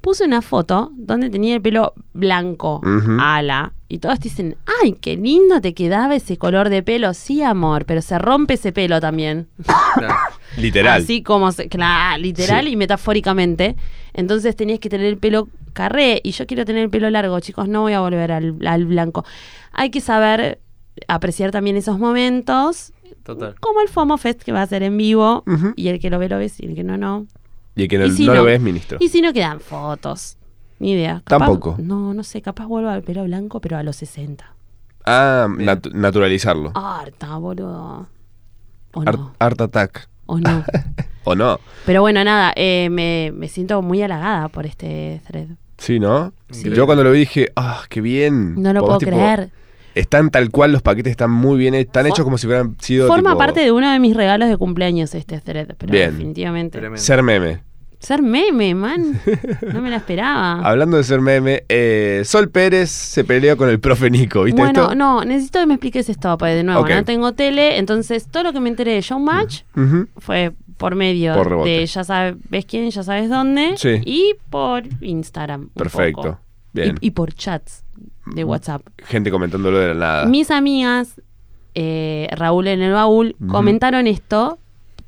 [SPEAKER 3] Puse una foto donde tenía el pelo blanco,
[SPEAKER 2] Ujú.
[SPEAKER 3] ala, y todas dicen, ay, qué lindo te quedaba ese color de pelo. Sí, amor, pero se rompe ese pelo también.
[SPEAKER 4] Claro.
[SPEAKER 2] Literal.
[SPEAKER 3] Así como, se- claro, literal
[SPEAKER 2] Sí.
[SPEAKER 3] y metafóricamente. Entonces tenías que tener el pelo carré y yo quiero tener el pelo largo, chicos, no voy a volver al, al blanco. Hay que saber apreciar también esos momentos,
[SPEAKER 4] Total.
[SPEAKER 3] como el FOMO Fest que va a ser en vivo
[SPEAKER 2] Ujú.
[SPEAKER 3] y el que lo ve lo ves y el que no, no.
[SPEAKER 2] Y el que no,
[SPEAKER 3] y si
[SPEAKER 2] no lo
[SPEAKER 3] no-
[SPEAKER 2] ves, ministro.
[SPEAKER 3] Y si no quedan fotos, ni idea. Capaz-
[SPEAKER 2] Tampoco.
[SPEAKER 3] No, no sé, capaz vuelvo al pelo blanco, pero a los 60.
[SPEAKER 2] Ah, natu- naturalizarlo.
[SPEAKER 3] Harta, boludo. Ah, O
[SPEAKER 2] Art,
[SPEAKER 3] no,
[SPEAKER 2] art attack.
[SPEAKER 3] o no.
[SPEAKER 2] ¿O no?
[SPEAKER 3] Pero bueno, nada, eh, me, me siento muy halagada por este thread.
[SPEAKER 2] Sí, ¿no?
[SPEAKER 4] Sí.
[SPEAKER 2] Yo cuando lo vi dije, ah, qué bien.
[SPEAKER 3] No lo
[SPEAKER 2] Porque
[SPEAKER 3] puedo
[SPEAKER 2] es tipo,
[SPEAKER 3] creer.
[SPEAKER 2] Están tal cual, los paquetes están muy bien, he- están hechos como si hubieran sido.
[SPEAKER 3] Forma
[SPEAKER 2] tipo,
[SPEAKER 3] parte de uno de mis regalos de cumpleaños este thread, pero
[SPEAKER 2] Bien.
[SPEAKER 3] definitivamente.
[SPEAKER 4] Tremendo.
[SPEAKER 2] Ser meme.
[SPEAKER 3] Ser meme, man. No me la esperaba.
[SPEAKER 2] Hablando de ser meme, eh, Sol Pérez se peleó con el profe Nico, ¿viste
[SPEAKER 3] bueno,
[SPEAKER 2] esto?
[SPEAKER 3] no, necesito que me expliques esto, porque de nuevo,
[SPEAKER 2] Ok.
[SPEAKER 3] no tengo tele, entonces todo lo que me enteré de Showmatch
[SPEAKER 2] Ujú.
[SPEAKER 3] fue por medio
[SPEAKER 2] Por rebote.
[SPEAKER 3] de ya sabes quién, ya sabes dónde,
[SPEAKER 2] Sí.
[SPEAKER 3] y por Instagram. un
[SPEAKER 2] Perfecto.
[SPEAKER 3] poco.
[SPEAKER 2] Bien. Mm.
[SPEAKER 3] Y, y por chats de WhatsApp.
[SPEAKER 2] Gente comentándolo de la nada.
[SPEAKER 3] Mis amigas, eh, Raúl en el baúl,
[SPEAKER 2] Ujú.
[SPEAKER 3] comentaron esto,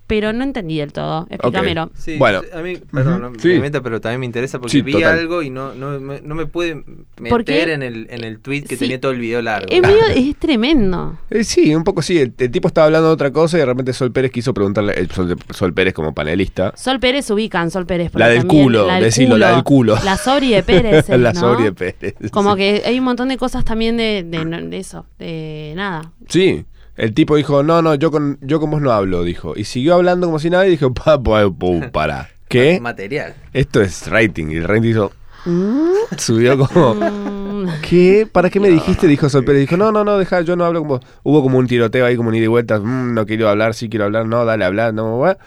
[SPEAKER 3] pero no entendí del todo. Explícamelo.
[SPEAKER 4] Sí,
[SPEAKER 2] Bueno.
[SPEAKER 4] a mí, perdón,
[SPEAKER 2] Ujú.
[SPEAKER 4] no
[SPEAKER 2] Sí.
[SPEAKER 4] me meta, pero también me interesa porque
[SPEAKER 2] Sí,
[SPEAKER 4] vi
[SPEAKER 2] total.
[SPEAKER 4] algo y no, no, me- no me pude meter
[SPEAKER 3] Porque-
[SPEAKER 4] en el, en el tweet que
[SPEAKER 3] Sí.
[SPEAKER 4] tenía todo el video largo.
[SPEAKER 3] Es, medio- es tremendo.
[SPEAKER 2] Eh, sí, un poco sí. El, el tipo estaba hablando de otra cosa y de repente Sol Pérez quiso preguntarle, el Sol, Sol Pérez como panelista.
[SPEAKER 3] Sol Pérez ubican, Sol Pérez.
[SPEAKER 2] La del
[SPEAKER 3] también-
[SPEAKER 2] culo, decilo, la del culo.
[SPEAKER 3] La Sori de Pérez.
[SPEAKER 2] la
[SPEAKER 3] ¿no?
[SPEAKER 2] Sori de Pérez.
[SPEAKER 3] Como
[SPEAKER 2] sí.
[SPEAKER 3] que hay un montón de cosas también de, de, no- de eso, de nada.
[SPEAKER 2] Sí. El tipo dijo, no, no, yo con, yo con vos no hablo, dijo. Y siguió hablando como si nada y dijo, pa, pa, pa, para. ¿Qué?
[SPEAKER 4] Material.
[SPEAKER 2] Esto es rating. Y el rating hizo, "Mm", subió como,
[SPEAKER 3] Mm,
[SPEAKER 2] ¿qué? ¿Para qué me dijiste? Dijo Sol Pérez. Dijo, no, no, no, deja, yo no hablo como Hubo como un tiroteo ahí, como un ida y vuelta. "Mm, no quiero hablar, sí quiero hablar, no, dale, hablar, no, bueno.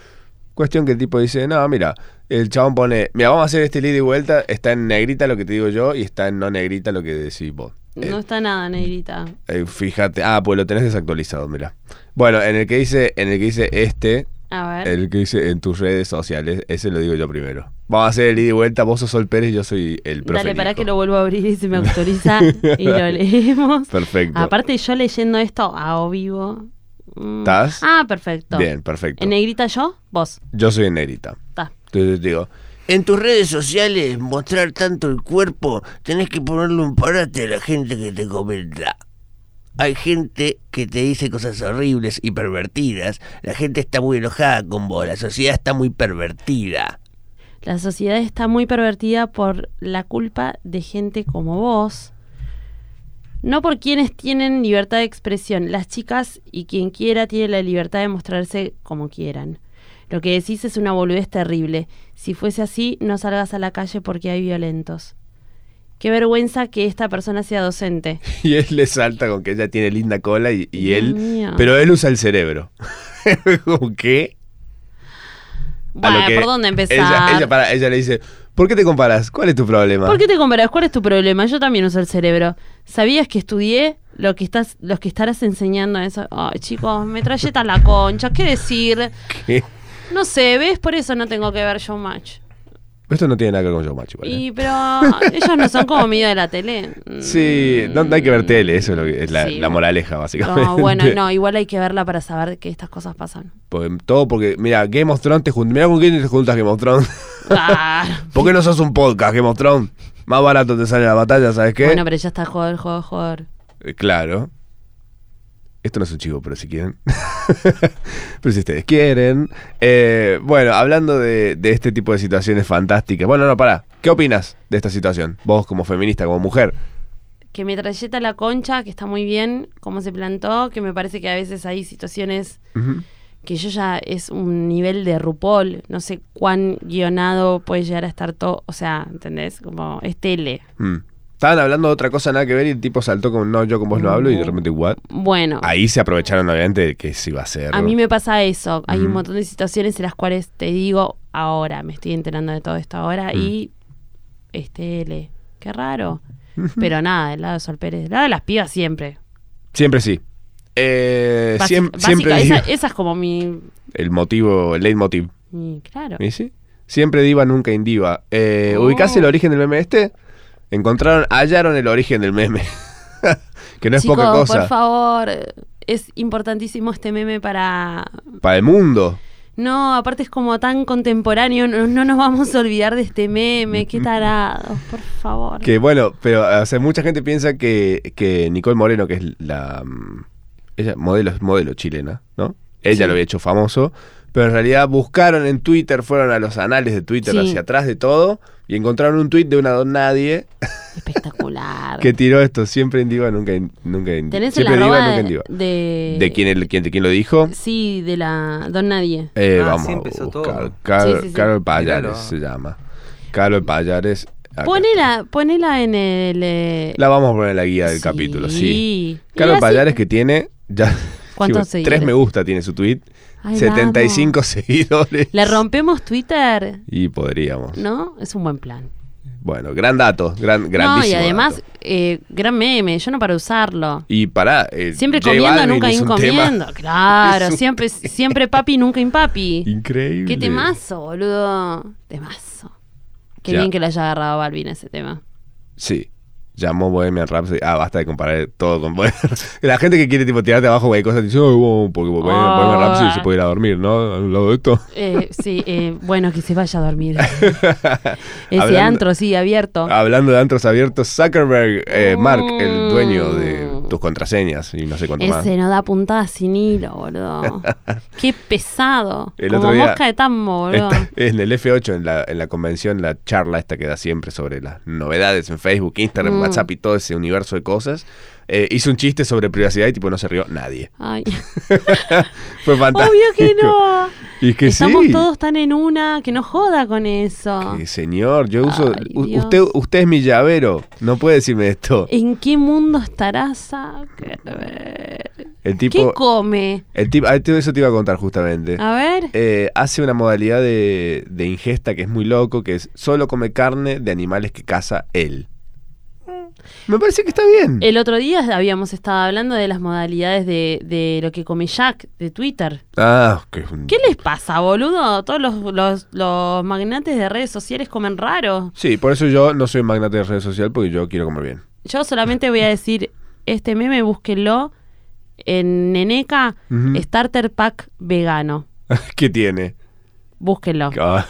[SPEAKER 2] Cuestión que el tipo dice, no, mira, el chabón pone, mira, vamos a hacer este ida y vuelta, está en negrita lo que te digo yo y está en no negrita lo que decís vos. Eh,
[SPEAKER 3] no está nada, negrita.
[SPEAKER 2] eh, fíjate, ah, pues lo tenés desactualizado, mira. Bueno, en el que dice, en el que dice este,
[SPEAKER 3] A ver.
[SPEAKER 2] el que dice en tus redes sociales, ese lo digo yo primero. Vamos a hacer el ida y vuelta, vos sos Sol Pérez, yo soy el profe.
[SPEAKER 3] Dale, pará
[SPEAKER 2] Nico.
[SPEAKER 3] que lo vuelvo a abrir y se me autoriza y lo leemos.
[SPEAKER 2] Perfecto.
[SPEAKER 3] Aparte, yo leyendo esto a o vivo. mm,
[SPEAKER 2] ¿Estás?
[SPEAKER 3] Ah, perfecto.
[SPEAKER 2] Bien, perfecto.
[SPEAKER 3] ¿En negrita yo? Vos.
[SPEAKER 2] Yo soy en negrita.
[SPEAKER 3] Está.
[SPEAKER 2] Entonces digo,
[SPEAKER 6] En tus redes sociales, mostrar tanto el cuerpo, tenés que ponerle un parate a la gente que te comenta. Hay gente que te dice cosas horribles y pervertidas. La gente está muy enojada con vos, la sociedad está muy pervertida.
[SPEAKER 3] La sociedad está muy pervertida por la culpa de gente como vos. No por quienes tienen libertad de expresión. Las chicas y quien quiera tiene la libertad de mostrarse como quieran. Lo que decís es una boludez terrible. Si fuese así, no salgas a la calle porque hay violentos. Qué vergüenza que esta persona sea docente.
[SPEAKER 2] y él le salta con que ella tiene linda cola y, y
[SPEAKER 3] Dios
[SPEAKER 2] él,
[SPEAKER 3] mío.
[SPEAKER 2] pero él usa el cerebro. Como que a lo
[SPEAKER 3] Bueno,
[SPEAKER 2] que
[SPEAKER 3] ¿por dónde empezar?
[SPEAKER 2] Ella, ella, para, ella le dice, ¿por qué te comparas? ¿Cuál es tu problema?
[SPEAKER 3] ¿Por qué te comparas? ¿Cuál es tu problema? Yo también uso el cerebro. ¿Sabías que estudié lo que estás, los que estarás enseñando eso? Ay, chicos, me trayeta la concha, ¿qué decir?
[SPEAKER 2] ¿Qué?
[SPEAKER 3] No sé, ¿ves? Por eso no tengo que ver Showmatch.
[SPEAKER 2] Esto no tiene nada que ver con Showmatch, ¿vale?
[SPEAKER 3] Y, pero ellos no son como mío de la tele. Mm.
[SPEAKER 2] ¿eh? Sí, no, no hay que ver tele, eso es, lo que- es la,
[SPEAKER 3] Sí.
[SPEAKER 2] la moraleja, básicamente.
[SPEAKER 3] No, bueno, no, igual hay que verla para saber que estas cosas pasan.
[SPEAKER 2] Porque- todo porque, mira, Game of Thrones te juntas. Mira con quién te juntas Game of Thrones.
[SPEAKER 3] Ah.
[SPEAKER 2] ¿Por qué no sos un podcast, Game of Thrones? Más barato te sale la batalla, ¿sabes qué?
[SPEAKER 3] Bueno, pero ya está joder, joder, joder.
[SPEAKER 2] Eh, Claro. Esto no es un chivo, pero si quieren. pero si ustedes quieren. Eh, bueno, hablando de, de este tipo de situaciones fantásticas. Bueno, no, pará. ¿Qué opinas de esta situación? Vos como feminista, como mujer.
[SPEAKER 3] Que me trayeta la concha, que está muy bien, cómo se plantó, que me parece que a veces hay situaciones
[SPEAKER 2] Ujú.
[SPEAKER 3] que yo ya es un nivel de RuPaul, no sé cuán guionado puede llegar a estar todo, o sea, ¿entendés? Como es tele.
[SPEAKER 2] Mm. Estaban hablando de otra cosa nada que ver y el tipo saltó como, no, yo con vos no hablo y de repente, what?
[SPEAKER 3] Bueno,
[SPEAKER 2] Ahí se aprovecharon obviamente de que se iba a hacer.
[SPEAKER 3] a mí me pasa eso, hay un
[SPEAKER 2] Ujú.
[SPEAKER 3] montón de situaciones en las cuales te digo ahora, me estoy enterando de todo esto ahora y es tele, qué raro. Pero nada, del lado de Sol Pérez, del lado de las pibas siempre.
[SPEAKER 2] Siempre sí. Eh,
[SPEAKER 3] Básica-
[SPEAKER 2] siem- siempre
[SPEAKER 3] básica,
[SPEAKER 2] digo-
[SPEAKER 3] esa, esa es como mi,
[SPEAKER 2] el motivo, el leitmotiv.
[SPEAKER 3] mi- claro.
[SPEAKER 2] ¿Y sí? Siempre diva, nunca indiva. Eh,
[SPEAKER 3] Oh.
[SPEAKER 2] ¿Ubicás el origen del meme este? Encontraron, hallaron el origen del meme. que no es
[SPEAKER 3] Chicos,
[SPEAKER 2] poca
[SPEAKER 3] por
[SPEAKER 2] cosa.
[SPEAKER 3] favor, es importantísimo este meme para
[SPEAKER 2] Para el mundo.
[SPEAKER 3] No, aparte es como tan contemporáneo, no, no nos vamos a olvidar de este meme, qué tarados, por favor.
[SPEAKER 2] Que bueno, pero o sea, mucha gente piensa que, que Nicole Moreno, que es la mm, ella modelo, es modelo chilena, ¿no? Ella
[SPEAKER 3] Sí.
[SPEAKER 2] lo había hecho famoso, pero en realidad buscaron en Twitter, fueron a los anales de Twitter
[SPEAKER 3] Sí.
[SPEAKER 2] hacia atrás de todo y encontraron un tweet de una don nadie
[SPEAKER 3] Espectacular.
[SPEAKER 2] que tiró esto, siempre indiva, nunca in- nunca in-
[SPEAKER 3] ¿Tenés el
[SPEAKER 2] siempre diva,
[SPEAKER 3] arroba
[SPEAKER 2] nunca
[SPEAKER 3] de,
[SPEAKER 2] indiva.
[SPEAKER 3] de,
[SPEAKER 2] ¿De quién, el, quién, de quién lo dijo?
[SPEAKER 3] Sí, de la Don Nadie.
[SPEAKER 2] Eh,
[SPEAKER 4] Ah,
[SPEAKER 2] vamos
[SPEAKER 4] sí,
[SPEAKER 2] a
[SPEAKER 4] empezó
[SPEAKER 2] buscar.
[SPEAKER 4] todo.
[SPEAKER 2] Carol,
[SPEAKER 3] Sí, sí, sí.
[SPEAKER 2] Carol Payares
[SPEAKER 4] Míralo.
[SPEAKER 2] se llama. Carol Payares. acá está.
[SPEAKER 3] Ponela, ponela en el... eh,
[SPEAKER 2] La vamos a poner en la guía del
[SPEAKER 3] sí.
[SPEAKER 2] capítulo, sí.
[SPEAKER 3] Y
[SPEAKER 2] Carol
[SPEAKER 3] así-
[SPEAKER 2] Payares que tiene ya
[SPEAKER 3] ¿Cuántos
[SPEAKER 2] tipo,
[SPEAKER 3] seguidores?
[SPEAKER 2] Tres me gusta tiene su tweet,
[SPEAKER 3] Ay, la
[SPEAKER 2] 75
[SPEAKER 3] amo.
[SPEAKER 2] seguidores.
[SPEAKER 3] Le rompemos Twitter,
[SPEAKER 2] y podríamos.
[SPEAKER 3] ¿no? Es un buen plan.
[SPEAKER 2] Bueno, gran dato, gran
[SPEAKER 3] No, y
[SPEAKER 2] grandísimo.
[SPEAKER 3] además,
[SPEAKER 2] dato.
[SPEAKER 3] eh, gran meme, yo no para usarlo.
[SPEAKER 2] y para eh,
[SPEAKER 3] Siempre
[SPEAKER 2] J
[SPEAKER 3] comiendo,
[SPEAKER 2] Balvin
[SPEAKER 3] nunca
[SPEAKER 2] hizo un tema
[SPEAKER 3] incomiendo. Claro,
[SPEAKER 2] Es un
[SPEAKER 3] siempre, siempre papi, nunca impapi.
[SPEAKER 2] Increíble.
[SPEAKER 3] Qué temazo, boludo. Temazo. Qué
[SPEAKER 2] Ya.
[SPEAKER 3] bien que lo haya agarrado Balvin ese tema.
[SPEAKER 2] Sí. Llamó Bohemian Rhapsody. Ah, basta de comparar todo con Bohemian Rhapsody. La gente que quiere tipo tirarte abajo cualquier cosa dice, oh, wow, porque Bohemian,
[SPEAKER 3] Oh.
[SPEAKER 2] Bohemian Rhapsody se puede ir a dormir, ¿no? Al lado de esto.
[SPEAKER 3] Eh, sí, eh, bueno, que se vaya a dormir. Ese
[SPEAKER 2] Hablando- Ah,
[SPEAKER 3] antro sigue abierto.
[SPEAKER 2] Hablando de antros abiertos, Zuckerberg, eh, Mark, el
[SPEAKER 3] Mm.
[SPEAKER 2] dueño de tus contraseñas y no sé cuánto más.
[SPEAKER 3] Ese no da puntada sin hilo, boludo. Qué pesado.
[SPEAKER 2] El
[SPEAKER 3] Como
[SPEAKER 2] otro día-
[SPEAKER 3] mosca de tambo, boludo.
[SPEAKER 2] Está en el F8, en la, en la convención, la charla esta que da siempre sobre las novedades en Facebook, Instagram,
[SPEAKER 3] Mm.
[SPEAKER 2] WhatsApp y todo ese universo de cosas, eh, hizo un chiste sobre privacidad y tipo no se rió nadie.
[SPEAKER 3] Ay,
[SPEAKER 2] Fue fantástico.
[SPEAKER 3] obvio que no.
[SPEAKER 2] Y que
[SPEAKER 3] Estamos
[SPEAKER 2] sí.
[SPEAKER 3] todos tan en una que no joda con eso.
[SPEAKER 2] Que, señor, yo uso.
[SPEAKER 3] Ah. Ay,
[SPEAKER 2] u-
[SPEAKER 3] Dios.
[SPEAKER 2] usted, usted es mi llavero. No puede decirme esto.
[SPEAKER 3] ¿En qué mundo estarás? A ver.
[SPEAKER 2] El
[SPEAKER 3] ¿Qué
[SPEAKER 2] tipo.
[SPEAKER 3] come?
[SPEAKER 2] El tipo ah, te- eso te iba a contar justamente.
[SPEAKER 3] A ver.
[SPEAKER 2] Eh, hace una modalidad de, de ingesta que es muy loco, que es solo come carne de animales que caza él. Me parece que está bien.
[SPEAKER 3] Mm. El otro día habíamos estado hablando de las modalidades de, de lo que come Jack de Twitter.
[SPEAKER 2] Ah, que es un-
[SPEAKER 3] ¿Qué les pasa, boludo? Todos los, los- los magnates de redes sociales comen raro.
[SPEAKER 2] Sí, por eso yo no soy magnate de redes sociales porque yo quiero comer bien.
[SPEAKER 3] Yo solamente voy a decir, este meme búsquenlo en Neneca,
[SPEAKER 2] Ujú.
[SPEAKER 3] Starter Pack Vegano.
[SPEAKER 2] ¿Qué tiene?
[SPEAKER 3] Búsquenlo.
[SPEAKER 2] Ah,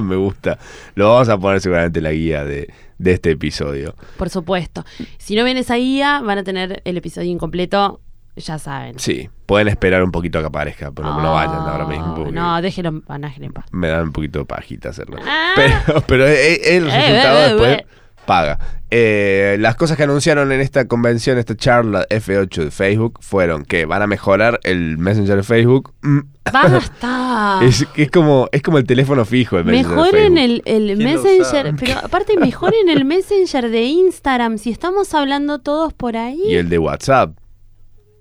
[SPEAKER 2] me gusta. Lo vamos a poner seguramente en la guía de, de este episodio.
[SPEAKER 3] Por supuesto. Si no ven esa guía, van a tener el episodio incompleto, ya saben.
[SPEAKER 2] Sí, pueden esperar un poquito a que aparezca, pero no vayan ahora mismo.
[SPEAKER 3] Oh,
[SPEAKER 2] porque
[SPEAKER 3] No, déjenlo, van en paz.
[SPEAKER 2] Me dan un poquito de pajita hacerlo.
[SPEAKER 3] Ah.
[SPEAKER 2] Pero, pero e- e- el
[SPEAKER 3] Eh,
[SPEAKER 2] resultado
[SPEAKER 3] eh, eh,
[SPEAKER 2] después
[SPEAKER 3] eh.
[SPEAKER 2] paga. Eh, las cosas que anunciaron en esta convención, esta charla F8 de Facebook, fueron que van a mejorar el Messenger de Facebook. Mm,
[SPEAKER 3] ¡Basta!
[SPEAKER 2] Es, es como, es como el teléfono fijo. El Messenger de
[SPEAKER 3] Ah. Mejoren
[SPEAKER 2] Facebook.
[SPEAKER 3] el, el
[SPEAKER 4] ¿Quién lo
[SPEAKER 3] Messenger,
[SPEAKER 4] usaba?
[SPEAKER 3] pero aparte mejoren el Messenger de Instagram, si estamos hablando todos por ahí.
[SPEAKER 2] Y el de WhatsApp.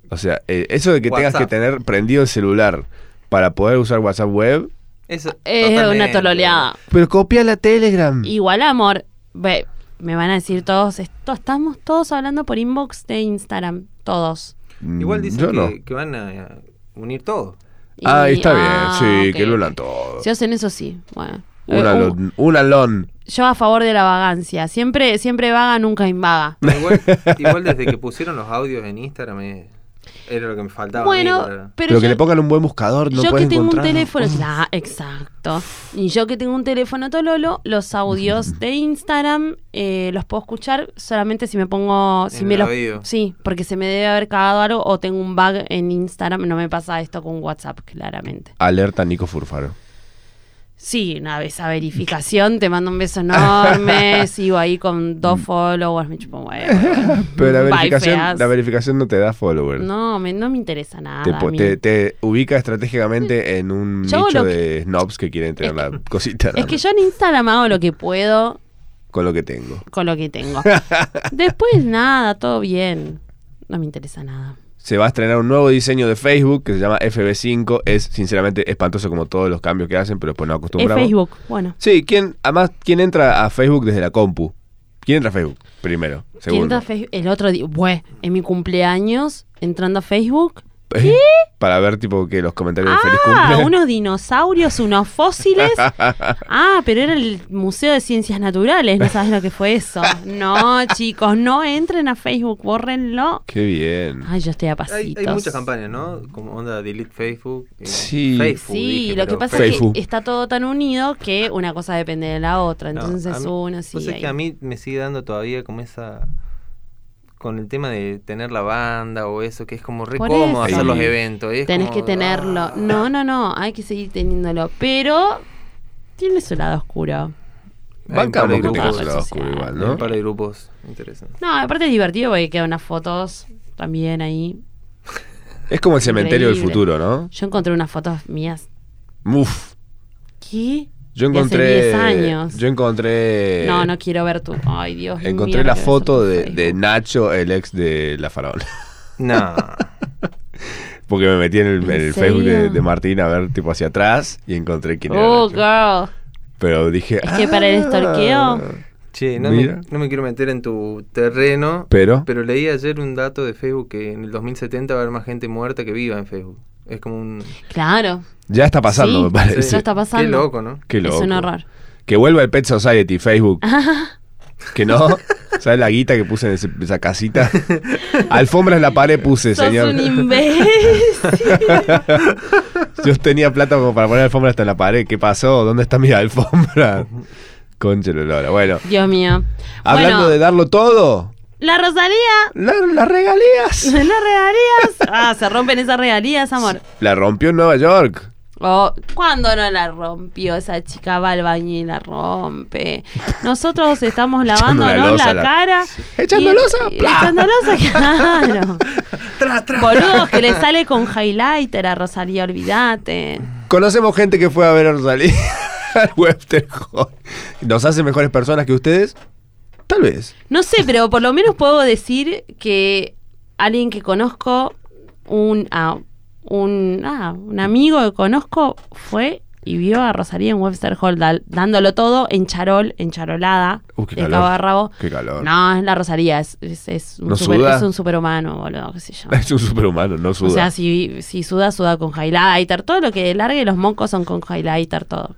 [SPEAKER 2] O sea, eh, eso de que tengas que
[SPEAKER 4] WhatsApp.
[SPEAKER 2] tener prendido el celular para poder usar WhatsApp web.
[SPEAKER 4] Eso,
[SPEAKER 3] es una
[SPEAKER 4] totalmente.
[SPEAKER 3] tololeada.
[SPEAKER 2] Pero copia la Telegram.
[SPEAKER 3] Igual, amor, ve, me van a decir todos, esto, estamos todos hablando por inbox de Instagram, todos.
[SPEAKER 2] Mm,
[SPEAKER 4] Igual dicen
[SPEAKER 2] yo
[SPEAKER 4] que,
[SPEAKER 2] no.
[SPEAKER 4] que van a unir todo.
[SPEAKER 3] Y-
[SPEAKER 2] Ah, está
[SPEAKER 3] ah,
[SPEAKER 2] bien, sí,
[SPEAKER 3] ok,
[SPEAKER 2] que lo
[SPEAKER 3] ok.
[SPEAKER 2] hablan todo.
[SPEAKER 3] Si hacen eso, sí. Bueno.
[SPEAKER 2] Un
[SPEAKER 3] Eh,
[SPEAKER 2] alón, un alón.
[SPEAKER 3] Yo a favor de la vagancia. Siempre, siempre vaga, nunca invaga.
[SPEAKER 4] Igual, igual desde que pusieron los audios en Instagram eh, era lo que me faltaba. a mí
[SPEAKER 3] bueno,
[SPEAKER 4] para-
[SPEAKER 2] Pero,
[SPEAKER 3] pero,
[SPEAKER 2] que
[SPEAKER 3] yo,
[SPEAKER 2] le pongan un buen buscador, no
[SPEAKER 3] yo que
[SPEAKER 2] puedes
[SPEAKER 3] tengo
[SPEAKER 2] encontrar.
[SPEAKER 3] un teléfono. Ah, exacto. Y yo que tengo un teléfono Tololo, los audios de Instagram eh, los puedo escuchar solamente si me pongo. Si
[SPEAKER 4] En
[SPEAKER 3] me
[SPEAKER 4] el
[SPEAKER 3] los-
[SPEAKER 4] oído.
[SPEAKER 3] Sí, porque se me debe haber cagado algo o tengo un bug en Instagram. No me pasa esto con WhatsApp, claramente.
[SPEAKER 2] Alerta Nico Furfaro.
[SPEAKER 3] Sí, una vez a verificación, te mando un beso enorme, sigo ahí con dos followers, me chupo un huevo.
[SPEAKER 2] Pero la
[SPEAKER 3] Bye,
[SPEAKER 2] verificación,
[SPEAKER 3] feas.
[SPEAKER 2] la verificación no te da follower.
[SPEAKER 3] No, me, no me interesa nada.
[SPEAKER 2] Te,
[SPEAKER 3] a
[SPEAKER 2] po-
[SPEAKER 3] mí.
[SPEAKER 2] te- te ubica estratégicamente en un
[SPEAKER 3] Yo hago
[SPEAKER 2] nicho
[SPEAKER 3] lo que-
[SPEAKER 2] de snobs que quieren tener la cosita
[SPEAKER 3] Es que yo en Instagram hago lo que puedo
[SPEAKER 2] con lo que tengo.
[SPEAKER 3] con lo que tengo. Después nada, todo bien. No me interesa nada.
[SPEAKER 2] Se va a estrenar un nuevo diseño de Facebook que se llama FB5. Es sinceramente espantoso como todos los cambios que hacen, pero después no
[SPEAKER 3] Es
[SPEAKER 2] acostumbramos.
[SPEAKER 3] Facebook, bueno.
[SPEAKER 2] Sí, ¿quién, además, ¿quién entra a Facebook desde la compu? ¿Quién entra a Facebook? Primero,
[SPEAKER 3] ¿Quién
[SPEAKER 2] segundo.
[SPEAKER 3] entra a Facebook? El otro día, bueno, en mi cumpleaños, entrando a Facebook.
[SPEAKER 2] ¿Eh? Para ver tipo que los comentarios de feliz
[SPEAKER 3] Ah,
[SPEAKER 2] cumple.
[SPEAKER 3] unos dinosaurios, unos fósiles. Ah, pero era el Museo de Ciencias Naturales, no sabes lo que fue eso. No, chicos, no entren a Facebook, bórrenlo.
[SPEAKER 2] Qué bien.
[SPEAKER 3] Ay, yo estoy a pasitos.
[SPEAKER 4] Hay, hay muchas campañas, ¿no? Como onda Delete Facebook. eh,
[SPEAKER 2] Sí.
[SPEAKER 4] Facebook,
[SPEAKER 3] Sí,
[SPEAKER 4] dije,
[SPEAKER 3] lo que
[SPEAKER 4] pero
[SPEAKER 3] pasa
[SPEAKER 2] Facebook.
[SPEAKER 3] es que está todo tan unido que una cosa depende de la otra.
[SPEAKER 4] No,
[SPEAKER 3] Entonces
[SPEAKER 4] a mí-
[SPEAKER 3] uno sí.
[SPEAKER 4] Vos sabés
[SPEAKER 3] ahí.
[SPEAKER 4] que a mí me sigue dando todavía como esa. Con el tema de tener la banda o eso, que es como re
[SPEAKER 3] Por
[SPEAKER 4] cómodo
[SPEAKER 2] eso.
[SPEAKER 4] hacer los
[SPEAKER 2] Sí.
[SPEAKER 4] eventos. y es
[SPEAKER 3] Tenés
[SPEAKER 4] como,
[SPEAKER 3] que tenerlo.
[SPEAKER 4] ah,
[SPEAKER 3] No, no, no, hay que seguir teniéndolo. Pero tiene su lado oscuro.
[SPEAKER 4] hay un par de
[SPEAKER 2] Bancamos que tengas
[SPEAKER 4] grupos,
[SPEAKER 2] el
[SPEAKER 3] redes
[SPEAKER 2] lado oscuro
[SPEAKER 3] sociales.
[SPEAKER 2] igual,
[SPEAKER 4] hay
[SPEAKER 2] ¿no?
[SPEAKER 4] Un par de grupos interesantes.
[SPEAKER 3] No, aparte es divertido porque quedan unas fotos también ahí.
[SPEAKER 2] Es como el cementerio del
[SPEAKER 3] Increíble.
[SPEAKER 2] futuro, ¿no?
[SPEAKER 3] Yo encontré unas fotos mías.
[SPEAKER 2] Uf.
[SPEAKER 3] ¿Qué?
[SPEAKER 2] Yo
[SPEAKER 3] De hace
[SPEAKER 2] encontré.
[SPEAKER 3] 10 años.
[SPEAKER 2] Yo encontré.
[SPEAKER 3] no, no quiero ver tu. Ay, Dios mío.
[SPEAKER 2] Eh, Encontré
[SPEAKER 3] no
[SPEAKER 2] la
[SPEAKER 3] quiero
[SPEAKER 2] foto
[SPEAKER 3] ver
[SPEAKER 2] de,
[SPEAKER 3] tu
[SPEAKER 2] de
[SPEAKER 3] Facebook.
[SPEAKER 2] Nacho, el ex de La Faraona.
[SPEAKER 4] No.
[SPEAKER 2] Porque me metí en el,
[SPEAKER 3] ¿En
[SPEAKER 2] en el Facebook de,
[SPEAKER 3] serio?
[SPEAKER 2] de Martín a ver, tipo, hacia atrás y encontré quién era.
[SPEAKER 3] Oh,
[SPEAKER 2] Nacho.
[SPEAKER 3] girl.
[SPEAKER 2] Pero dije.
[SPEAKER 3] Es que
[SPEAKER 2] Ah.
[SPEAKER 3] para el estorqueo.
[SPEAKER 4] Che, no me,
[SPEAKER 2] Mira.
[SPEAKER 4] no me quiero meter en tu terreno,
[SPEAKER 2] Pero.
[SPEAKER 4] pero leí ayer un dato de Facebook que en el 2070 va a haber más gente muerta que viva en Facebook. Es como un...
[SPEAKER 3] Claro.
[SPEAKER 2] Ya está pasando,
[SPEAKER 3] Sí,
[SPEAKER 2] me parece.
[SPEAKER 3] sí, ya está pasando.
[SPEAKER 4] Qué loco, ¿no?
[SPEAKER 2] Qué
[SPEAKER 3] Es
[SPEAKER 2] loco.
[SPEAKER 3] un horror.
[SPEAKER 2] Que vuelva el Pet Society, Facebook. Que no. ¿Sabes la guita que puse en ese- esa casita? Alfombras en la pared puse,
[SPEAKER 3] Sos
[SPEAKER 2] Este señor.
[SPEAKER 3] un imbécil.
[SPEAKER 2] Yo tenía plata como para poner alfombra hasta en la pared. ¿Qué pasó? ¿Dónde está mi alfombra? Conchelo Lora. Bueno,
[SPEAKER 3] Dios mío.
[SPEAKER 2] hablando
[SPEAKER 3] bueno,
[SPEAKER 2] de darlo todo,
[SPEAKER 3] La Rosalía.
[SPEAKER 2] la- las regalías.
[SPEAKER 3] Las regalías. Ah, se rompen esas regalías, amor.
[SPEAKER 2] La rompió en Nueva York.
[SPEAKER 3] Oh, ¿Cuándo no la rompió? Esa chica va al baño y la rompe. Nosotros estamos
[SPEAKER 2] Echando la
[SPEAKER 3] lavándonos
[SPEAKER 2] loza,
[SPEAKER 3] la,
[SPEAKER 2] la-
[SPEAKER 3] cara.
[SPEAKER 2] Echando
[SPEAKER 3] y-
[SPEAKER 2] loza,
[SPEAKER 3] y-
[SPEAKER 2] ¡plá!
[SPEAKER 3] Echando loza, claro. Boludos que le sale con highlighter a Rosalía, olvídate.
[SPEAKER 2] Conocemos gente que fue a ver a Rosalía al Webster Hall. ¿Nos hace mejores personas que ustedes? Tal vez.
[SPEAKER 3] No sé, pero por lo menos puedo decir que alguien que conozco, un, ah, un, ah, un amigo que conozco, fue y vio a Rosalía en Webster Hall dal- dándolo todo en charol, en charolada,
[SPEAKER 2] Uh, qué
[SPEAKER 3] de
[SPEAKER 2] calor.
[SPEAKER 3] cabo a rabo.
[SPEAKER 2] Qué calor.
[SPEAKER 3] No, es la Rosalía, es, es- es un,
[SPEAKER 2] ¿No
[SPEAKER 3] super-
[SPEAKER 2] suda?
[SPEAKER 3] es un superhumano, boludo, qué sé yo.
[SPEAKER 2] Es un superhumano, no suda.
[SPEAKER 3] Ah. O sea, si, si suda, suda con highlighter. Todo lo que largue los moncos son con highlighter, todo.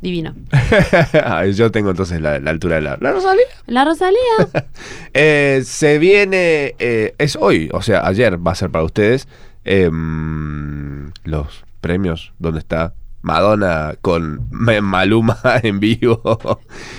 [SPEAKER 3] Divino.
[SPEAKER 2] Ay, Yo tengo entonces la, la altura de la, la Rosalía.
[SPEAKER 3] La Rosalía.
[SPEAKER 2] Eh, se viene, eh, es hoy, o sea, ayer va a ser para ustedes em, los premios donde está Madonna con Ma- Maluma en vivo.